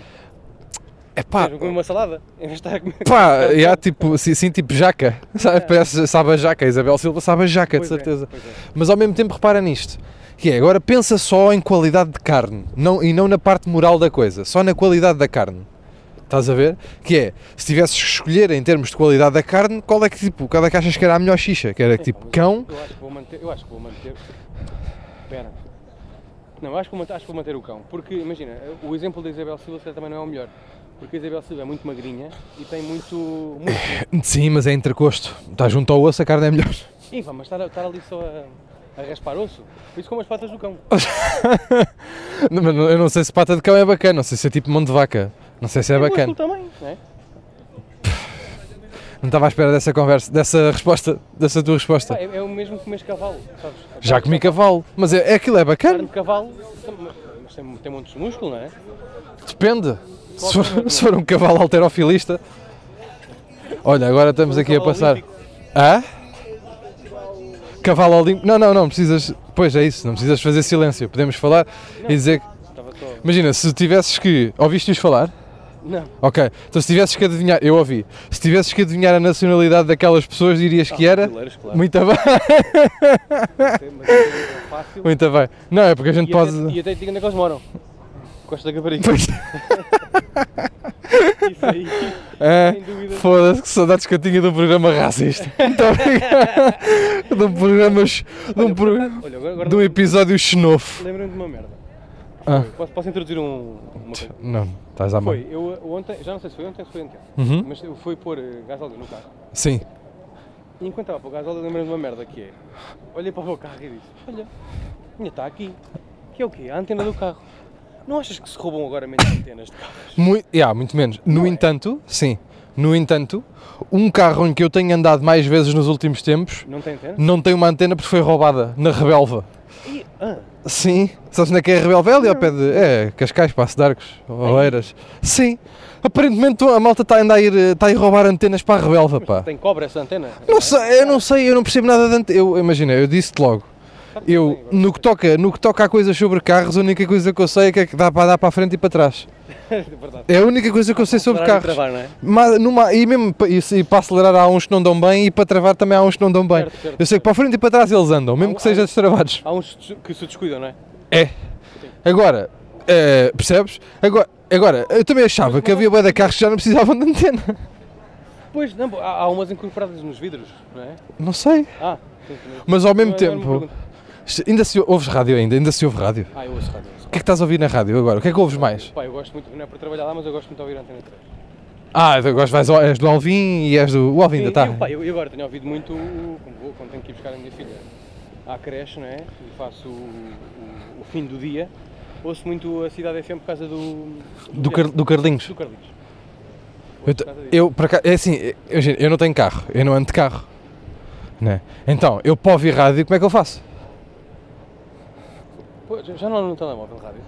É pá,
Vou comer uma salada. Em vez de estar a comer.
pá, e há tipo, assim, assim, tipo jaca, sabe, parece, sabe a jaca, a Isabel Silva sabe a jaca, de
É. Pois é,
certeza.
pois é.
Mas ao mesmo tempo repara nisto, que é, agora pensa só em qualidade de carne não, e não na parte moral da coisa, só na qualidade da carne. Estás a ver? Que é, se tivesses que escolher em termos de qualidade da carne, qual é que tipo, qual é que achas que era a melhor xixa? Que era
Epá,
tipo
mas
cão?
Eu, eu acho que vou manter. Eu acho que vou manter. Espera. Não, eu acho que, vou manter, acho que vou manter o cão. Porque, imagina, o exemplo da Isabel Silva se calhar, também não é o melhor. Porque a Isabel Silva é muito magrinha e tem muito. muito.
Sim, mas é entrecosto. Está junto ao osso, a carne é melhor.
Ih, vá, mas estar, a- estar ali só a, a raspar osso. Por isso como as patas do cão.
Não, mas não- Eu não sei se pata de cão é bacana, não sei se é tipo mão de vaca. Não sei se é bacana.
Mas tu também, não é?
Não estava à espera dessa conversa, dessa resposta, dessa tua
Pá,
resposta.
é, é o mesmo que comes cavalo, sabes?
Já comi cavalo, mas é, é aquilo é
Carne
bacana.
de cavalo, tam- mas tem, tem muitos músculo, não é?
Depende. Se for, se for um cavalo alterofilista. Olha, agora estamos aqui a
Cavalo
passar.
olímpico.
Hã? Cavalo olímpico. Não, não, não precisas. Pois é isso, não precisas fazer silêncio. Podemos falar e dizer. que-
Estava só...
Imagina, se tivesses que. Ouviste-os falar?
Não,
Ok. Então se tivesses que adivinhar. Eu ouvi. Se tivesses que adivinhar a nacionalidade daquelas pessoas, dirias que era.
Ah, brasileiros, claro.
Muito bem,
mas é fácil.
muito bem. Não, é porque a gente
E
pode.
até, e até te digo onde é que eles moram. Costa da Caparica.
Pois.
Isso aí,
É.
sem dúvida.
Foda-se, que saudades que eu tinha de um programa racista. Muito obrigado. De um programa. ch- De um, pro...
Olha, agora, agora
de um episódio xenofo.
lembrei-me de uma merda.
Ah.
Posso, posso introduzir um, uma coisa?
Não, estás à mão.
Foi, eu eh, ontem, já não sei se foi ontem ou se foi ontem,
Uhum.
mas eu fui pôr eh, gás óleo no carro.
Sim.
E enquanto estava a pôr gás óleo, lembrei-me de uma merda que é. Olhei para o meu carro e disse: Olha, minha está aqui. Que é o quê? A antena do carro. Não achas que se roubam agora menos antenas de carros?
Muito, yeah, muito menos.
é.
No entanto, sim. No entanto, um carro em que eu tenho andado mais vezes nos últimos tempos
Não tem antena?
não tem uma antena porque foi roubada na Rebelva.
E, ah,
Sim. Sabes onde é que é a Rebelva? É ali ao pé de. É, Cascais, Passo de Arcos, Oeiras. Sim. Aparentemente a malta está ainda a ir, está a ir roubar antenas para a Rebelva, pá.
tem cobra essa antena?
Não sei, eu não sei, eu não percebo nada de ante... Eu imagina, eu disse-te logo.
Sabe bem
Eu,
agora.
no que, toca, no que toca a coisas sobre carros, a única coisa que eu sei é que é que dá para dar para a frente e para trás.
É verdade.
É a única coisa que eu sei sobre
Parar e
carros.
travar, não é?
Mas numa, e mesmo pa- e se- e para acelerar há uns que não dão bem e para travar também há uns que não dão bem.
Certo, certo,
Eu sei que para a frente e para trás eles andam, mesmo
Há- um-
que sejam
há-
destravados.
Há uns que se descuidam, não é?
É. Agora, eh, percebes? Agora, agora, eu também achava que havia bué de carros que já não precisavam de antena.
Pois, não, bo- há, há umas incorporadas nos vidros, não é?
Não sei.
Ah, sim, sim, sim.
Mas ao mesmo
Não, não, não
tempo,
pergunto.
ainda se ouves rádio ainda, ainda se ouve rádio.
Ah, eu ouço rádio. eu ouço
O que é que estás a ouvir na rádio agora? O que é que ouves mais?
rádio. Pá, eu gosto muito, não é para trabalhar lá, mas eu gosto muito de ouvir a Antena 3.
Ah, eu gosto, vais, ao- és do Alvin e és do. O Alvin ainda está.
eu, pá, eu, eu agora tenho ouvido muito, o- como vou, quando tenho que ir buscar a minha filha à creche, não é? E faço o, o- o fim do dia. Ouço muito a Cidade FM por causa do...
Do, Car- do Carlinhos.
do Carlinhos.
Eu, te- eu por acaso, é assim, eu, gente, eu não tenho carro, eu não ando de carro. Né? Então, eu para ouvir rádio, como é que eu faço?
Pô, já- já não há no telemóvel rádio?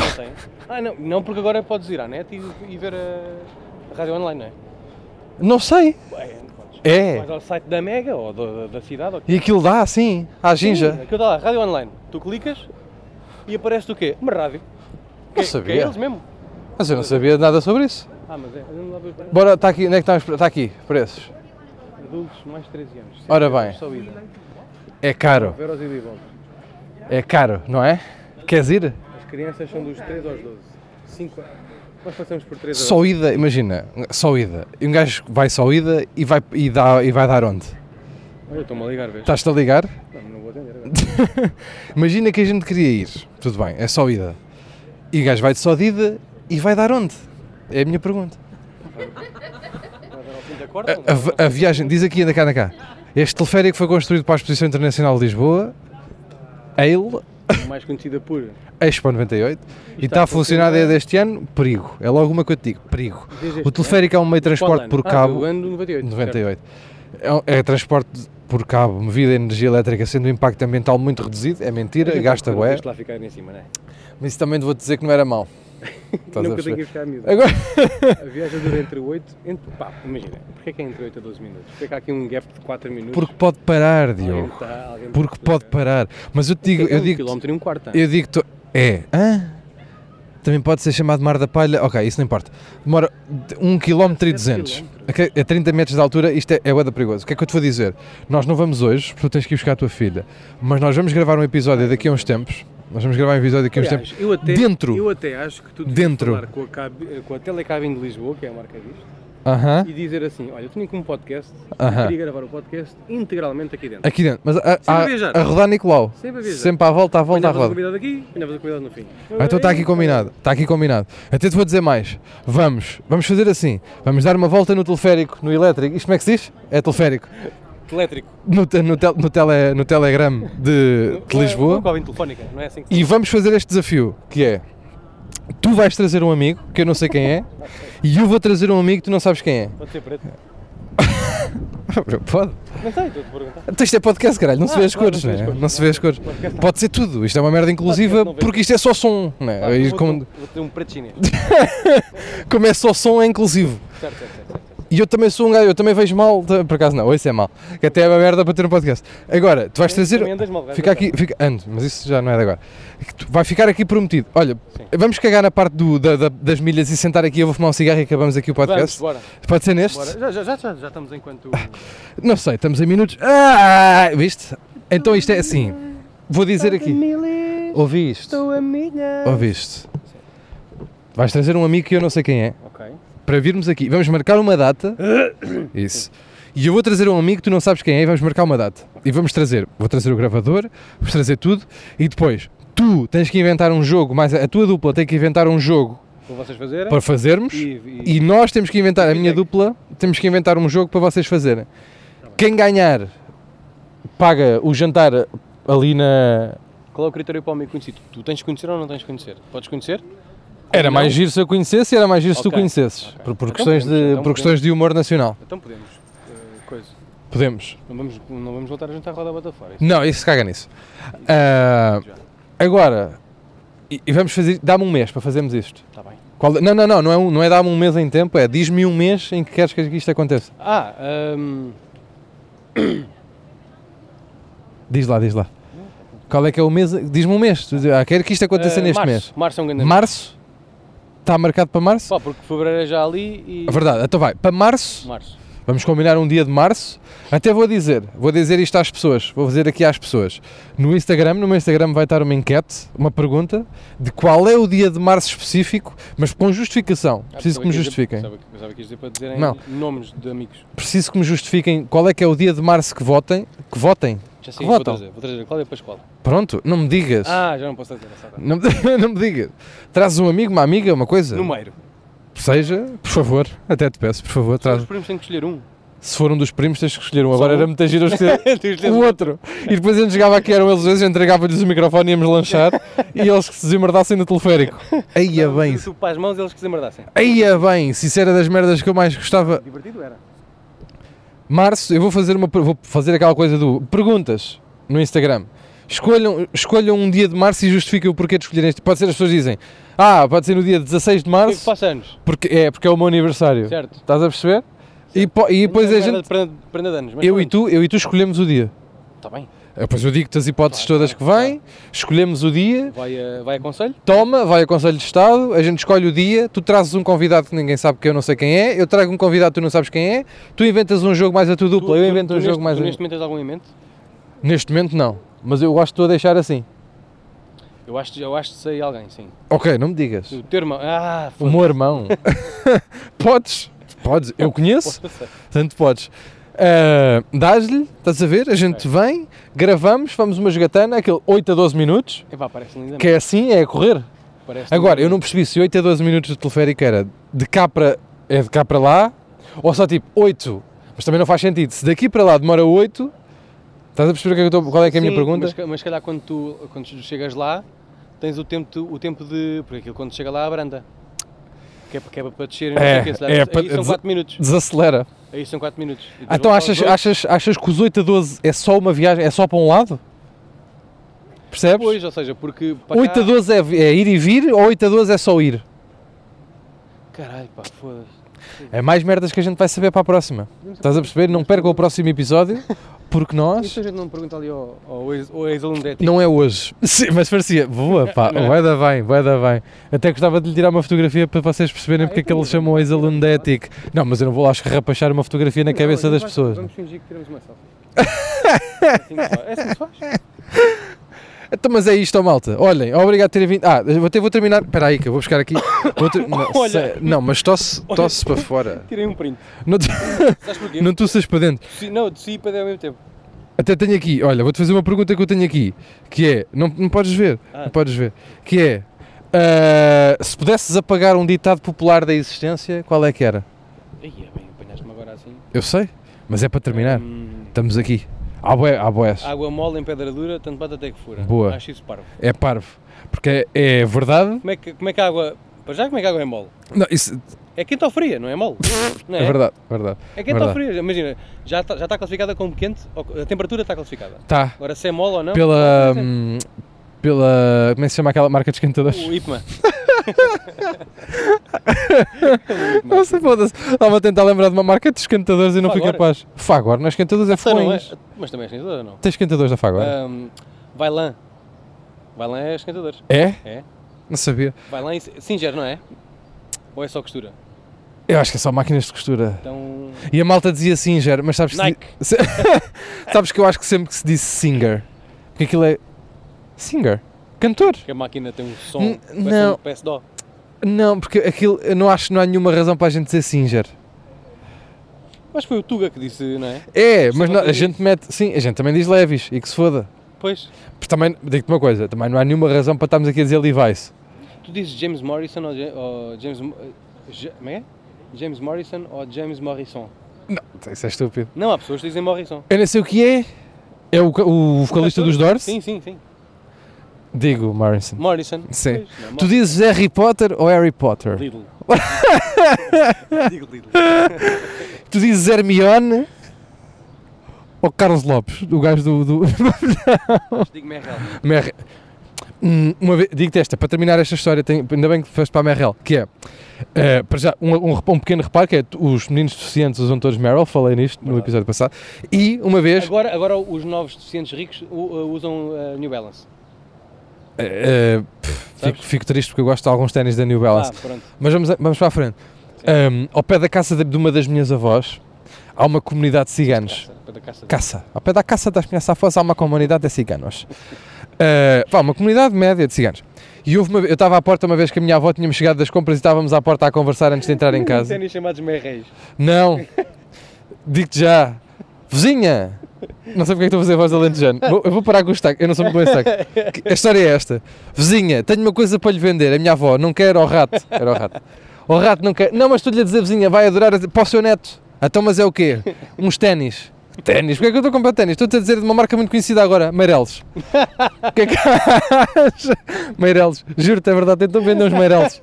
não tem? Ah, não, não, porque agora podes ir à net e, e ver a, a rádio online, não é?
Não sei.
É, não podes.
É.
Vais ao site da Mega ou do- da, da cidade. Ou...
E aquilo dá assim, à
Sim,
ginja.
Aquilo está lá, rádio online. Tu clicas e aparece o quê? Uma rádio. Que- Que
sabia.
é eles mesmo.
Mas eu não sabia nada sobre isso.
Ah, mas é. Não dá para-
Bora, está aqui, onde é que estamos? Está aqui, preços.
Adultos mais de 13 anos. Sim,
Ora bem.
Só ida.
É caro,
Veros e volta.
é caro, não é? Queres ir?
As crianças são dos 3 aos 12. 5 Nós passamos por 3
Só ida, imagina, só ida. E um gajo vai só ida e vai, e dá, e vai dar onde?
Olha, estou-me a ligar, vês?
Estás-te a ligar?
Não, não vou atender agora.
Imagina que a gente queria ir, tudo bem, é só ida. E o gajo vai de só de ida e vai dar onde? É a minha pergunta.
Ao fim da corda?
A, vi- a viagem, diz aqui, anda cá, anda cá. Este teleférico foi construído para a Exposição Internacional de Lisboa, AIL,
Mais conhecida por.
Expo 98, e
está
está
a
a funcionar
funcionar-
desde este ano, perigo. É logo uma que eu te digo, perigo.
Desde este
O teleférico é um meio de
Qual
transporte
ano?
por
Ah,
cabo.
do ano 98.
98. É, um- é transporte por cabo, movida a energia elétrica, sendo o impacto ambiental muito reduzido, é mentira,
certo.
gasta
Não
bué.
viste lá ficar em cima, não é?
Mas isso também te vou dizer que não era mau. Estás a
Nunca tenho que
perceber? É.
ir buscar a miúda.
Agora,
A viagem dura entre 8. Entre, pá, imagina, porquê que é entre 8 a 12 minutos? Porquê que há aqui um gap de 4 minutos?
porque pode parar,
Alguém
Diogo.
tá- alguém
Porque
tá-
pode parar. Mas eu te digo,
É
eu
um
digo,
quilómetro e um quarto.
eu digo, to- é, hã? Também pode ser chamado Mar da Palha, ok, isso não importa. Demora 1 km e 200 Ok, a 30 metros de altura, isto é, é bué da perigoso. O que é que eu te vou dizer? Nós não vamos hoje, porque tu tens que ir buscar a tua filha, mas nós vamos gravar um episódio daqui a uns tempos, Nós vamos gravar um episódio aqui uns
Aliás,
tempos.
eu até,
Dentro.
Eu até acho que tu devias
Dentro.
falar com a, cab- com a Telecabin de Lisboa, que é a marca disto,
Aham.
e dizer assim, olha, eu tenho aqui um podcast,
Aham.
queria gravar o podcast integralmente aqui dentro.
Aqui dentro. Mas a, a,
a viajar.
a rodar Nicolau.
Sempre a viajar.
Sempre à volta, à volta, à
Apanhavas o
roda.
convidado aqui, apanhavas o convidado no fim.
Ah, então está aqui combinado, está aqui combinado. Até te vou dizer mais. Vamos, vamos fazer assim. Vamos dar uma volta no teleférico, no elétrico. Isto como é que se diz? É teleférico.
Elétrico.
No, te- no, tel- no tele, no Telegram de, de Lisboa.
Com a telefónica, não é assim que se
E vamos fazer este desafio, que é tu vais trazer um amigo, que eu não sei quem é, e eu vou trazer um amigo que tu não sabes quem é.
Pode ser preto.
Pode?
Não sei, estou-te a perguntar.
Então isto é podcast, caralho, não se vê
Ah,
as
claro,
cores,
não
não
se vê as
é?
cores.
Não se vê as cores.
Podcast não.
Pode ser tudo, isto é uma merda inclusiva
Podcast não vê.
porque isto é só som, não é? E
vou,
como,
vou ter um preto chinês.
como é só som, é inclusivo.
certo, certo, certo. certo.
E eu também sou um gajo, eu também vejo mal, tá- por acaso não, esse é mal, que até é uma merda para ter um podcast. Agora, tu vais
Também-
trazer.
também andas mal, vai,
Fica
vai,
aqui, fica, ando, mas isso já não é de agora. É que tu- Vai ficar aqui prometido. Olha,
Sim.
vamos cagar na parte do- da- da- das milhas e sentar aqui, eu vou fumar um cigarro e acabamos aqui o
Vamos,
podcast.
bora.
Pode ser neste?
bora. Já, já, já, já, já estamos enquanto...
Não sei, estamos em minutos. Ah, viste? Então isto é assim. Vou dizer aqui. Ouvi isto.
a minha...
Ouvi isto. Vais trazer um amigo que eu não sei quem é.
Ok.
para virmos aqui. Vamos marcar uma data. Isso. E eu vou trazer um amigo que tu não sabes quem é e vamos marcar uma data. E vamos trazer, vou trazer o gravador, vou trazer tudo e depois tu tens que inventar um jogo, mas a tua dupla tem que inventar um jogo
Para vocês fazerem.
para fazermos
E-
e nós temos que inventar, a minha
Feedback.
dupla, temos que inventar um jogo para vocês fazerem. Quem ganhar paga o jantar ali na.
Qual é o critério para o amigo conhecido? Tu tens de conhecer ou não tens de conhecer? Podes conhecer?
Era mais
Não?
giro se eu conhecesse e era mais giro se tu
Ok,
conhecesses.
ok.
Por, por
Então
questões
podemos,
de,
então
por questões de humor nacional.
Então podemos. eh, coisa.
Podemos.
Não vamos, não vamos voltar a juntar a roda bota fora. Isso.
Não, isso caga nisso. Ah, agora, e, e vamos fazer. Dá-me um mês para fazermos isto.
Está bem.
Qual- não, não, não, não é, um- não é dar-me um mês em tempo, é diz-me um mês em que queres que isto aconteça.
Ah, hum,
Diz lá, diz lá. Qual é que é o mês? Diz-me um mês. Tu diz- Ah, quero que isto aconteça
eh,
neste
março.
mês.
Março é um grande mês.
Março? Está marcado para março?
Pá, porque fevereiro é já ali e.
A verdade, então vai, para março,
Março.
vamos combinar um dia de março. Até vou dizer, vou dizer isto às pessoas, vou dizer aqui às pessoas. No Instagram, no meu Instagram vai estar uma enquete, uma pergunta, de qual é o dia de março específico, mas com justificação.
Ah,
Preciso que me
pensava ia dizer-
justifiquem.
pensava que- Pensava que ias dizer para dizerem
Não.
nomes de amigos.
Preciso que me justifiquem qual é que é o dia de março que votem. Que votem.
Já
Que
sei, vou
votam.
trazer. Vou trazer é a Cláudia Pascoal.
Pronto, não me digas.
Ah, já não posso trazer essa. tá.
Não, me- não me digas. Trazes um amigo, uma amiga, uma coisa?
Número.
Seja, por favor, até te peço, por favor,
Os
traz.
primos têm que escolher um.
Se for um dos primos, tens que escolher um. Agora
um.
era muito giro eu escolher
Tens de escolher
o
um.
outro. E depois a gente chegava aqui, eram eles dois, eu entregava-lhes o microfone, íamos lanchar e eles que se desembardassem no teleférico. Aí é bem,
Tu para as mãos eles que se embardassem.
aí é bem, sincera das merdas que eu mais gostava.
Divertido era.
Março, eu vou fazer, uma, per- vou fazer aquela coisa do perguntas no Instagram. Escolham, escolham um dia de março e justifiquem o porquê de escolherem este. Pode ser as pessoas dizem, ah, pode ser no dia 16 de
Eu que
março,
faço anos.
porque é, porque é o meu aniversário.
Certo.
Estás a perceber? E, po- e depois a gente,
Prenda de anos. mas
eu e,
pronto.
tu, eu e tu escolhemos o dia.
Está bem.
Eu Depois eu digo-te as hipóteses todas que vêm, escolhemos o dia,
Vai a, vai a conselho?
toma, vai ao Conselho de Estado, a gente escolhe o dia, tu trazes um convidado que ninguém sabe que eu não sei quem é, eu trago um convidado que tu não sabes quem é, tu inventas um jogo mais a tua dupla, eu invento um
neste,
jogo mais
tu
a
neste momento tens algum em mente?
Neste momento não, mas eu gosto de a deixar assim.
Eu acho, eu acho que sei alguém, sim.
Ok, não me digas.
O teu irmão. Ah,
O meu irmão. podes, podes, eu conheço,
foda-se.
tanto podes. Ah, Dás-lhe, estás a ver? A gente vem, gravamos, famos uma jogatana, aquele 8 a 12 minutos,
Epá, parece linda.
que é assim, é a correr.
Parece
Agora, eu não percebi se 8 a 12 minutos de teleférico era de cá para, é de cá para lá, ou só tipo 8, mas também não faz sentido. Se daqui para lá demora 8, estás a perceber o que é que eu estou- qual é, que é a minha
Sim,
pergunta?
Mas, ca- mas se calhar quando tu quando tu chegas lá, tens o tempo de, o tempo de porque aquilo quando chega lá abranda. Que é, que é para descer, não sei
É,
o quê, se dá-
é,
aí
para-
são
des-
4 minutos.
Desacelera.
Aí são 4 minutos. E
Ah,
depois
então
vão para os
achas,
dois.
achas, achas que os 8 a 12 é só uma viagem, é só para um lado? Percebes?
Pois, ou seja, porque para
8 a
cá-
12 é, vi- é ir e vir ou 8 a 12 é só ir?
Caralho, pá, foda-se.
É mais merdas que a gente vai saber para a próxima. Estás a perceber? Não perca o próximo episódio porque
E se
nós.
a gente não pergunta ali ao, ao ex- ao ex-aluno da ética?
Não é hoje. É. Sim, mas parecia. Boa, pá. Vai dar bem, vai dar bem. Até gostava de lhe tirar uma fotografia para vocês perceberem porque é que ele chama o ex-aluno da ETIC. Não, mas eu não vou lá escarrapachar uma fotografia na cabeça
Não,
das
vai-
pessoas.
Vamos fingir que tiramos uma selfie. é assim que se faz. É assim que se faz.
Então, mas é isto, ó, malta. Olhem, obrigado por terem vindo. Ah, eu até vou terminar. Espera aí, que eu vou buscar aqui. Vou ter- Não,
Olha.
se- não, mas tosse, tosse para fora.
Tirei um print.
Não, tu...
Sabes porquê?
não tuças para dentro.
Tossi- Não, de si e para ao mesmo tempo.
Até tenho aqui, olha, vou-te fazer uma pergunta que eu tenho aqui, que é, não, não podes ver,
Ah.
não podes ver, que é, ah, se pudesses apagar um ditado popular da existência, qual é que era?
Aí, é bem, apanhaste-me agora assim.
Eu sei, mas é para terminar,
Hum,
estamos aqui, há boé, há boés,
água mole em pedra dura, tanto bate até que fura.
Boa.
Acho isso parvo.
é parvo, porque é, é verdade,
Como é, que, como é que a água... Para já, como é que a água é mole?
não, isso
É quente ou fria, não é mole? Não
é, verdade, é verdade,
É quente
verdade.
ou fria. Imagina, já está já está classificada como quente, ou- a temperatura está classificada.
tá,
Agora, se é mole ou não,
pela, hum, pela, como é que se chama aquela marca de esquentadores?
o IPMA.
Nossa, foda-se, estava a tentar lembrar de uma marca de esquentadores e não fui
Fagor.
capaz, Fagor, não é esquentadores, é
Então, não é-
fogões,
Mas também é esquentador ou não?
tem esquentadores da Fagor?
Ahm, Vailan. Vailan é esquentador.
É?
É.
Não sabia.
Vailan e Singer, não é? Ou é só costura?
Eu acho que é só máquinas de costura.
Então.
E a malta dizia Singer, mas sabes se-
Nike.
se- sabes que eu acho que sempre que se disse Singer, porque aquilo é. Singer? Cantor?
Que a máquina tem um som.
N-
parece um
não.
PS-dó.
Não, porque aquilo. Eu não acho que não há nenhuma razão para a gente dizer Singer.
Mas foi o Tuga que disse, não é?
É,
Sim,
mas
não
não- a
diz.
gente mete. Sim, a gente também diz Levis e que se foda.
Pois.
Mas também, digo-te uma coisa, também não há nenhuma razão para estarmos aqui a dizer Levi's.
Tu dizes James Morrison ou, Ja- ou James. Mo- eh, Ja- Como é? James Morrison ou James Morrison?
Não, isso é estúpido.
Não, há pessoas que dizem Morrison.
Eu não sei o que é. É o, ca- o vocalista dos Doors?
Sim, sim, sim.
Digo Morrison.
Morrison.
Sim.
Pois, não,
Tu
Morrison.
dizes Harry Potter ou Harry Potter?
Lidl. Digo Lidl.
Tu dizes Hermione ou Carlos Lopes, o gajo do. do...
Mas é Digo Merrell.
Merre- Hum, Uma vez, digo-te esta, para terminar esta história, tem- ainda bem que foste para a Merrell, que é, eh, para já, um, um rep- um pequeno reparo, que é, tu- os meninos deficientes usam todos Merrell, falei nisto no episódio passado, e uma vez,
Agora, agora os novos deficientes ricos u- uh, usam uh, New Balance.
eh, eh, pff,
Sabes?
fico, fico triste porque eu gosto de alguns ténis da New
Ah,
Balance,
pronto.
mas vamos, a- vamos para a frente. Hum, ao pé da casa de, de uma das minhas avós, há uma comunidade de ciganos.
Caça, para da caça.
Caça. Ao pé da caça das minhas safas há uma comunidade de ciganos. Uh, pá, uma comunidade média de ciganos. E houve uma, eu estava à porta uma vez que a minha avó tínhamos chegado das compras e estávamos à porta a conversar antes de entrar em casa.
Ténis chamados É, Merreis.
Não. Digo-te já. Vizinha! Não sei porque é que estou a fazer a voz de alentejano. Vou, eu vou parar com o estaque, eu não sou muito bom em estaque. Que- A história é esta. Vizinha, tenho uma coisa para lhe vender. A minha avó não quer ao rato. Era o rato. O rato não quer. Não, mas estou-lhe a dizer, vizinha, vai adorar. a- Para o seu neto. Então, mas é o quê? Uns ténis. Ténis? Porquê é que eu estou a comprar ténis? Estou-te a dizer de uma marca muito conhecida agora, Meireles. O que é que acha? Meireles. Juro-te, é verdade. Tentam vender uns Meireles.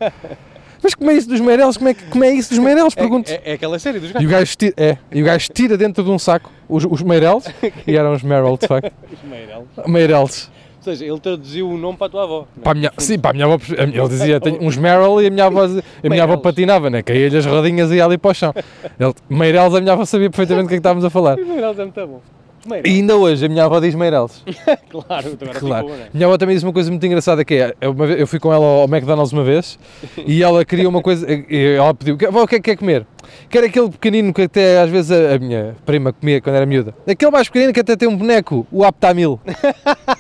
Mas como é isso dos Meireles? Como é, que- como é isso dos Meireles? Pergunto.
É, é, é aquela série dos
E
gajos.
o gajo tira, é, e o gajo tira dentro de um saco os, os Meireles, e eram os Merrill, de facto.
Meirelles.
Meireles.
Ou seja, ele traduziu o nome para a tua avó. não é?
Para a minha, sim, para a minha avó, a minha- ele dizia, tenho uns Merrill e a minha avó, a minha avó
Meireles.
patinava, né? caía-lhe as rodinhas e ia ali para o chão. Ele, Meireles, a minha avó sabia perfeitamente do que é que estávamos a falar.
Meirelles é muito bom.
E
Meirelles,
ainda hoje a minha avó diz Meireles.
claro, agora
Claro.
ficou, não é?
Minha avó também disse uma coisa muito engraçada que é, eu uma vez- eu fui com ela ao McDonald's uma vez e ela queria uma coisa, e ela pediu, "Vó, o que é que quer comer? Quer aquele pequenino que até às vezes a, a minha prima comia quando era miúda. Aquele mais pequenino que até tem um boneco, o Aptamil.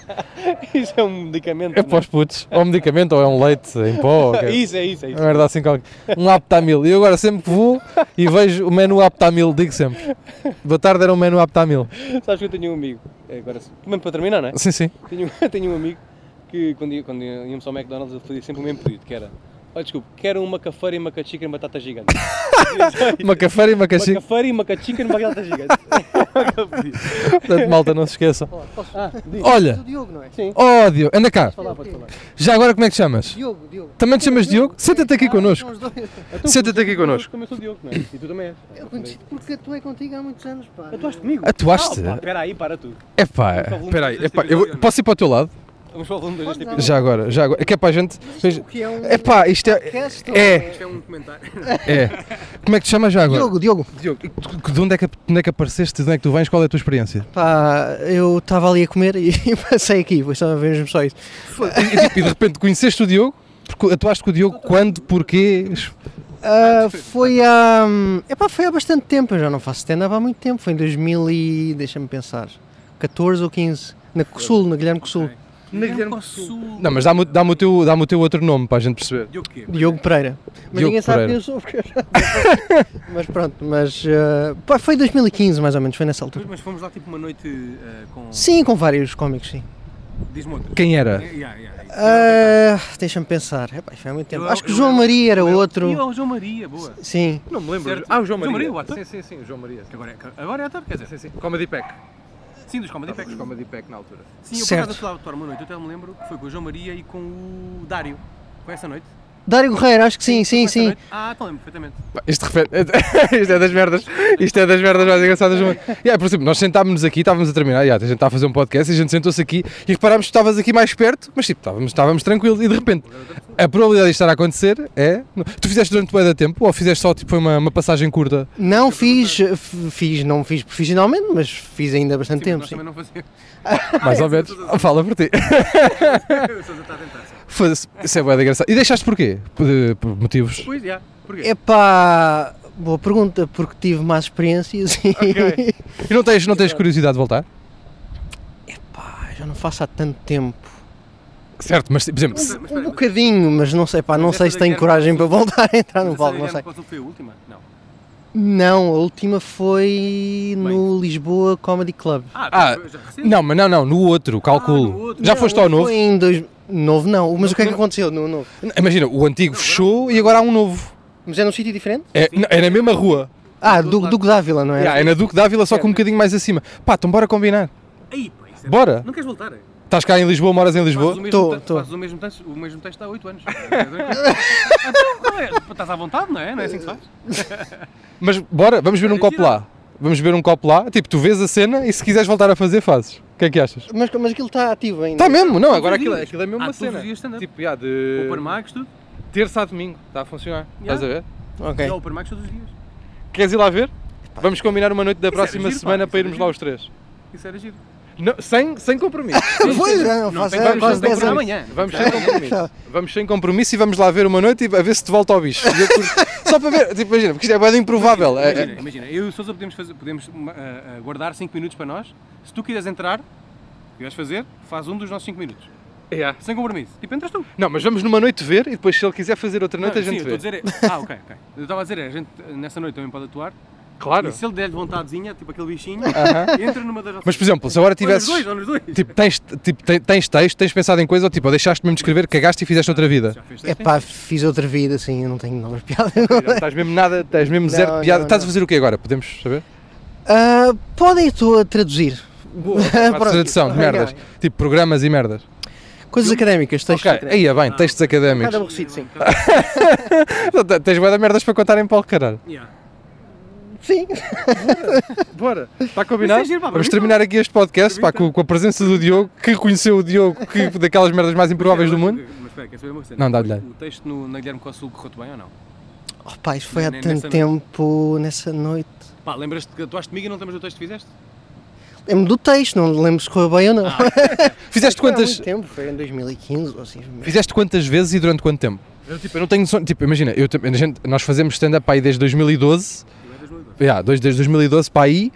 Isso é um medicamento.
É
não
para os putos. Ou um medicamento, ou é um leite em pó. Ou, o quê.
Isso, é isso, é
Uma
isso.
merda assim qualquer. Um Aptamil. E eu agora sempre que vou e vejo o menu Aptamil, digo sempre. Boa tarde, era um menu Aptamil.
Sabes que eu tenho um amigo, é, agora sim, mesmo para terminar, não é?
Sim, sim.
Tenho, tenho um amigo que quando, ia- quando íamos ao McDonald's ele fazia sempre o mesmo pedido, que era... Oh, desculpe, quero uma cafeira e uma cachica e batata gigante.
Uma cafeira e uma
Uma
cachica.
cafeira e uma cachica e uma batata gigante. Era o que eu pedi.
Portanto, malta, não se esqueçam.
Ah, diz.
Olha,
Diogo, não é?
Sim.
ódio. Anda cá.
Falar, pode falar.
Já agora como é que te chamas?
Diogo, Diogo.
Também te chamas Então, Diogo? Senta-te aqui
Ah,
connosco.
são os dois.
Senta-te aqui
Mas
connosco.
como eu sou Então, o Diogo, não é? E tu também és.
Eu conheci-te porque atuei contigo há muitos anos, pá.
Atuaste comigo?
Atuaste?
Ah, pá, Espera aí, para tu.
Epá, espera aí. Epá, eu vou- posso ir para o teu lado?
Vamos falar um deste episódio.
Já agora, já agora. É que é para a gente...
O que é um
Epá, isto é...
podcast ou-
É,
é um comentário.
é. Como é que te chamas já agora?
Diogo, Diogo.
Diogo, e tu- que- de onde, é que, de onde é que apareceste? De onde é que tu vens? Qual é a tua experiência?
Pá, eu estava ali a comer e passei aqui, pois estava mesmo só isso.
E, e, tipo, e de repente conheceste o Diogo? Porque atuaste com o Diogo quando, porquê? Es-
Ah, foi há. Epá, foi há bastante tempo, eu já não faço stand-up há muito tempo. Foi em 2000 e. deixa-me pensar. 14 ou 15. Na Cossul, na Guilherme Cossul.
Na Guilherme
Não, mas dá-me dá o, teu- dá-me o teu outro nome para a gente perceber.
Diogo quê?
Diogo Pereira. Mas
Diogo
ninguém sabe
Pereira.
quem eu sou. porque eu já- mas pronto, mas eh, pá, foi 2015 mais ou menos, foi nessa
Mas,
altura.
mas fomos lá tipo uma noite eh, com.
Sim, com vários cómicos, sim.
Diz-me outra. É,
Quem era?
Yeah, yeah, yeah.
Ah, Deixa-me pensar. Epá, foi há muito tempo.
Eu-
Acho que
eu-
João Maria era
Eu-
outro.
E o João Maria, boa.
Sim.
Não me
Certo. João Maria, o ator?
sim, sim, sim, o João Maria.
Que Agora é, agora é ator, quer dizer, sim,
Sim, sim. Comedy Pack.
dos Comedy Packs.
Comedy Pack na altura.
Sim, eu
Certo.
por acaso fui lá atuar uma noite, eu até me lembro que foi com o João Maria e com o Dário. Com essa noite?
Dário Guerreiro, acho que sim, sim,
Com essa
sim.
noite? Ah, então lembro perfeitamente.
Isto, refere... Isto é das merdas. Isto é das merdas mais engraçadas. do mundo. Yeah, por exemplo, nós sentámos-nos aqui, estávamos a terminar, yeah, a gente está a fazer um podcast e a gente sentou-se aqui e reparámos que tu estavas aqui mais perto, mas tipo, estávamos, estávamos tranquilos e de repente a probabilidade de estar a acontecer é. Tu fizeste durante bué da tempo ou fizeste só tipo foi uma, uma passagem curta?
Não fiz, eh, f- fiz, não fiz profissionalmente, mas fiz ainda há bastante
Sim, mas
tempo.
nós
Sim.
também não fazemos.
Mais
Ah, é.
ou menos. Fala por ti.
O Sousa está a tentar. sim.
Foda-se, Isso é bué da engraçado. E deixaste porquê? Por, eh, por motivos?
Pois, já. Porquê?
Epá, boa pergunta, porque tive más experiências e
E não tens, não tens curiosidade de voltar?
Epá, já não faço há tanto tempo.
Certo, mas tipo, por exemplo, se-
Mas
Um
espera,
bocadinho, mas não sei, pá, não
Mas
sei
essa
se
da
tenho
Guerra
coragem para voltar a entrar no
Mas
palco, não
essa
sei.
Guilherme Consul foi a última? Não.
Não, a última foi no Lisboa Comedy Club.
Ah,
já recente.
Não, mas não, não, no outro, calculo.
no outro.
Já
Ah, Não,
foste ao novo?
Foi em dois... Novo não, mas o que é que aconteceu no novo?
Imagina, o antigo fechou e agora há um novo.
Mas é num sítio diferente?
É, não, é na mesma rua.
Ah, do Duque Dávila, não é?
Yeah, é na Duque Dávila, só que um bocadinho mais acima. Pá, então bora combinar.
Aí, pá, isso é-
Bora.
Não queres voltar?
Estás cá em Lisboa, moras em
Fazes o
Lisboa?
mesmo
Tô,
texto-
tô.
Fazes o mesmo texto, o mesmo texto há 8 anos. Então, não é? Estás à vontade, não é? Não é assim que se faz?
Mas bora, vamos ver um
É,
copo
tira.
lá. Vamos ver um copo lá. Tipo, tu vês a cena e se quiseres voltar a fazer, fazes. O que é que achas?
Mas, mas aquilo está ativo ainda.
Está mesmo? Não, agora
os
aquilo, é-
dias.
aquilo é mesmo
Ah,
uma
todos
cena.
os dias stand-up.
Tipo, yeah, de
Open mics, tudo.
terça a domingo. Está a funcionar.
Yeah.
Estás a ver?
Ok.
É. Open mics todos os dias.
Queres ir lá ver? Vamos combinar uma noite da
Isso era
próxima
giro, pá,
semana
isso
para
era
irmos
giro.
lá os três.
Isso era giro.
Não, sem, sem compromisso.
Pois, já não
Não
faço
tem
há
vários
quase
não tem
10
por
anos.
amanhã.
Vamos sem compromisso. Vamos sem compromisso e vamos lá ver uma noite e a ver se te volta ao bicho. E eu curto- Só para ver, tipo, imagina, porque isto é bem improvável. É-
Imagina, imagina, eu e o Sousa podemos, fazer, podemos ma- ah, ah, guardar 5 minutos para nós. Se tu quiseres entrar, quiseres fazer, faz um dos nossos 5 minutos.
é- yeah.
Sem compromisso. Tipo, entras tu.
Não, mas vamos numa noite ver e depois se ele quiser fazer outra noite a
sim,
gente
eu
vê.
estou a dizer. é- Ah, ok, ok. Eu estava a dizer, é, a gente eh, nessa noite também pode atuar.
Claro.
E se ele der-lhe vontadezinha, tipo aquele bichinho,
Aham.
entra numa das nossas.
Mas por exemplo, se agora tivesses.
Ou nos dois, é? ou nos dois.
Tipo, tens, tipo, te- tens texto, tens pensado em coisa ou tipo, ou deixaste mesmo de escrever, cagaste e fizeste outra vida.
Já fez
É
testes?
pá, fiz outra vida, assim, eu não tenho novas piadas.
Não estás mesmo nada, estás mesmo
Não,
zero
não,
piada. Estás a
não.
fazer o quê agora? Podemos saber?
Ah, podem, estou a traduzir.
Para
Pronto.
tradução de merdas. Tipo, programas e merdas.
Coisas académicas, textos
Ok,
académicos.
aí é bem, textos académicos.
Nada aborrecido, sim.
Então,
Tens bué de merdas para contar em palco, caralho.
Yeah.
Sim.
Bora, está combinado?
Mas é giro, pá, para
Vamos
mim
terminar aqui este podcast pá, com, com a presença do Diogo, que reconheceu o Diogo que, daquelas merdas mais improváveis do mundo.
Mas espera, quer saber uma cena?
Não, dá-lhe, dá-lhe.
O texto no, na Guilherme Cossul correu-te bem ou não?
Oh, pá, isso foi há
Nessa
tanto
noite.
tempo, nessa noite.
Pá, lembras-te que atuaste comigo e não te lembras do texto que fizeste?
Lembro do texto, não lembro se correu bem ou não.
Fizeste
é
Foi há
Ah, quantas,
muito tempo, foi em 2015 ou assim.
fizeste quantas vezes e durante quanto tempo? Eu, tipo, eu não tenho noção- Tipo, imagina, eu, também- a gente, nós fazemos stand-up aí desde 2012.
Eu é 2012.
Yeah, dois- desde 2012 para aí,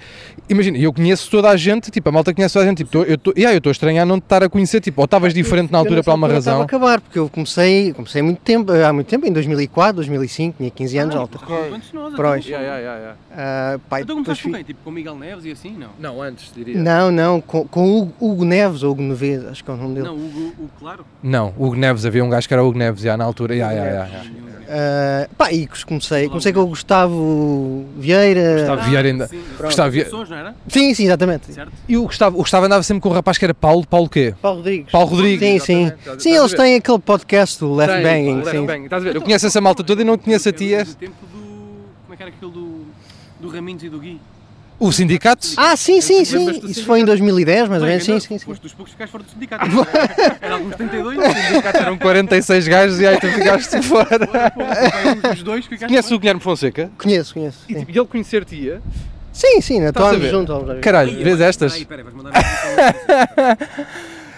imagina, eu conheço toda a gente, tipo, a malta conhece toda a gente, tipo, tô- eu tô- yeah, eu estou a estranhar não te estar a conhecer, tipo, ou
Ah,
estavas diferente na altura por alguma
Estava a
razão.
acabar, porque eu comecei, comecei muito tempo, há muito tempo, em 2004, 2005, tinha 15
Ah.
anos. na altura.
Quantos nós?
Pronto.
então,
Ah, pá,
Então
depois
começaste com
fui-
quem? Tipo com o Miguel Neves e assim? Não.
Não, antes diria.
Não, não, com, com o Hugo, Hugo Neves, ou Hugo Neves, acho que é o nome dele.
Não, o, o, o claro.
Não, Hugo Neves, havia um gajo que era Hugo Neves, já, na altura, já, já, já, já.
Ah, pá, e comecei,
Olá,
comecei
Hugo
com o Gustavo Vieira.
Gustavo Vieira Tá ainda-
Sim,
Gustavo Vieira-
Pessoas, não era?
Sim, sim, exatamente.
Certo?
E o Gustavo, o Gustavo andava sempre com um rapaz que era Paulo, Paulo quê?
Paulo Rodrigues.
Paulo Rodrigues.
Sim, sim.
Exatamente, estás a-
Sim,
estás a
eles
ver?
têm aquele podcast do Left
Tem,
Banging.
Left
Tá sim.
Bang, estás a ver? Eu conheço essa malta toda e não conheço a ti.
É
és-
Então, do tempo do. Como é que era aquele do. Do Raminhos e do Gui?
O sindicato?
Ah, sim, sim, sim.
Lembras-te do
Isso foi em 2010, mais ou menos. Sim, sim, sim.
Foste então, dos poucos que ficaste fora do sindicato. Era alguns 32, o sindicato era um
Eram 46 gajos e aí tu ficaste fora.
pouco. Os dois que ficaste
Conheces
fora.
o Guilherme Fonseca?
Conheço, conheço.
E
Sim,
tipo, ele conhecer-te-ia.
sim, sim
Estás a
né, estávamos
ver?
juntos. alguns vezes.
Caralho, vês
Aí,
estas?
peraí, vais mandar um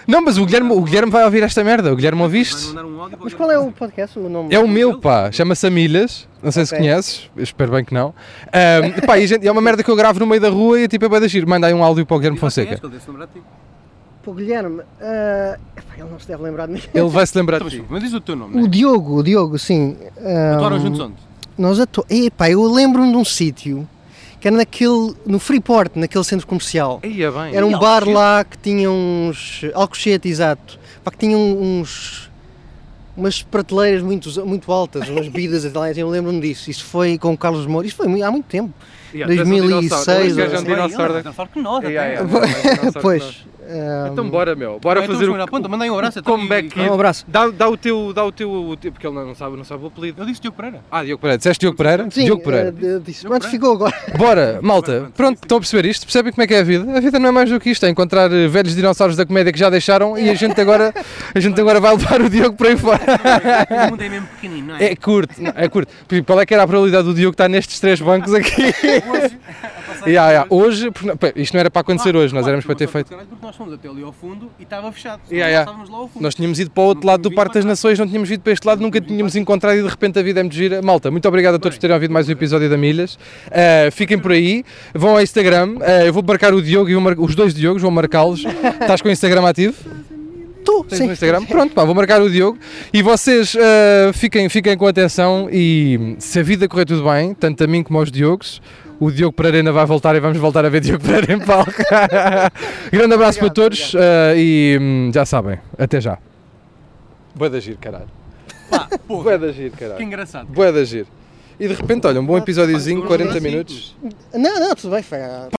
Não, mas o Guilherme, o Guilherme vai ouvir esta merda. O Guilherme
vais
ouviste?
mandar um áudio para
Mas
alguém.
qual é o podcast? O nome?
É o meu, pá. Chama-se Amilhas. Não sei se
Ok.
conheces. Eu Espero bem que não. Ahm, pá, e a gente- é uma merda que eu gravo no meio da rua e tipo, é bem da giro. Manda aí um áudio para o Guilherme
Diz lá quem
Fonseca.
és, que ele deve-se lembrar de ti.
Pô, Guilherme, ah, epá, ele não se deve lembrar de mim.
Ele vai se lembrar de
Mas,
ti.
desculpa, Então, mas diz o teu nome,
O
né?
Diogo, o Diogo, sim. ah,
Atuaram juntos onde?
Nós atu... Epá, eu lembro-me de um sítio que era naquele, no Freeport, naquele centro comercial.
Ia é bem.
Era
Em
um bar
Alcochete?
lá que tinha uns. Alcochete, exato. Pá, que tinha um, uns. umas prateleiras muito, muito altas, umas bebidas italianas. Eu lembro-me disso. Isso foi com o Carlos Moura. Isso foi mui- há muito tempo.
Yeah, tu és um
2006
dinossauro. Este gajo é um
ou-
dinossauro da-
Dinossauro que nós,
Yeah,
até.
yeah, tu és um dinossauro
pois.
da-
ah,
Então bora, meu. Bora
Ah, então
fazer
vamos mandar a ponta, mandei um abraço, então,
comeback
e-
kid.
um abraço.
Dá, dá o teu, dá o teu, o teu- porque ele não sabe, não sabe o apelido.
Eu disse Diogo Pereira.
Ah, Diogo Pereira. Disseste Diogo Pereira?
Sim,
Diogo
ah,
Pereira.
de- disse-
Diogo
Pronto,
Pereira.
ficou agora.
Bora, malta,
Pronto,
pronto,
sim,
estão a perceber isto? Percebem como é que é a vida? A vida não é mais do que isto, é encontrar eh, velhos dinossauros da comédia que já deixaram e a gente agora, a gente agora vai levar o Diogo para aí fora.
O mundo é mesmo pequenino, não
É curto, não, é curto. Por exemplo, Qual é que era a probabilidade do Diogo estar nestes três bancos aqui?
é
Ya, ya, Hoje, porque não- pá, isto não era para acontecer hoje, nós éramos para ter feito.
Porque nós fomos até ali ao fundo e estava fechado. senão
Yeah,
nós
yeah.
Estávamos lá ao fundo.
Nós tínhamos ido para o outro
Não
lado do
tínhamos
Parque das
vindo para
Nações, não tínhamos vindo para este lado, nunca tínhamos encontrado e de repente a vida é muito gira. Malta, muito obrigado a todos por terem ouvido mais um episódio da Milhas. Uh, fiquem por aí, vão ao Instagram. uh, eu vou marcar o Diogo e vou mar- os dois Diogos, vou marcá-los. Estás com o Instagram ativo?
Tu,
Tens
sim.
no Instagram? Pronto, pá, vou marcar o Diogo. E vocês uh, fiquem, fiquem com atenção e se a vida correr tudo bem, tanto a mim como aos Diogos, o Diogo Pereira ainda vai voltar e vamos voltar a ver Diogo Pereira em palco. Grande abraço para
Obrigado,
todos uh, e hum, já sabem, até já. Boa da giro, caralho.
Pá, porra,
Boa da giro,
que
caralho.
engraçado.
Boa da giro. E de repente, olha, um bom episódiozinho, 40 minutos.
Não, não, tudo bem, foi. ah,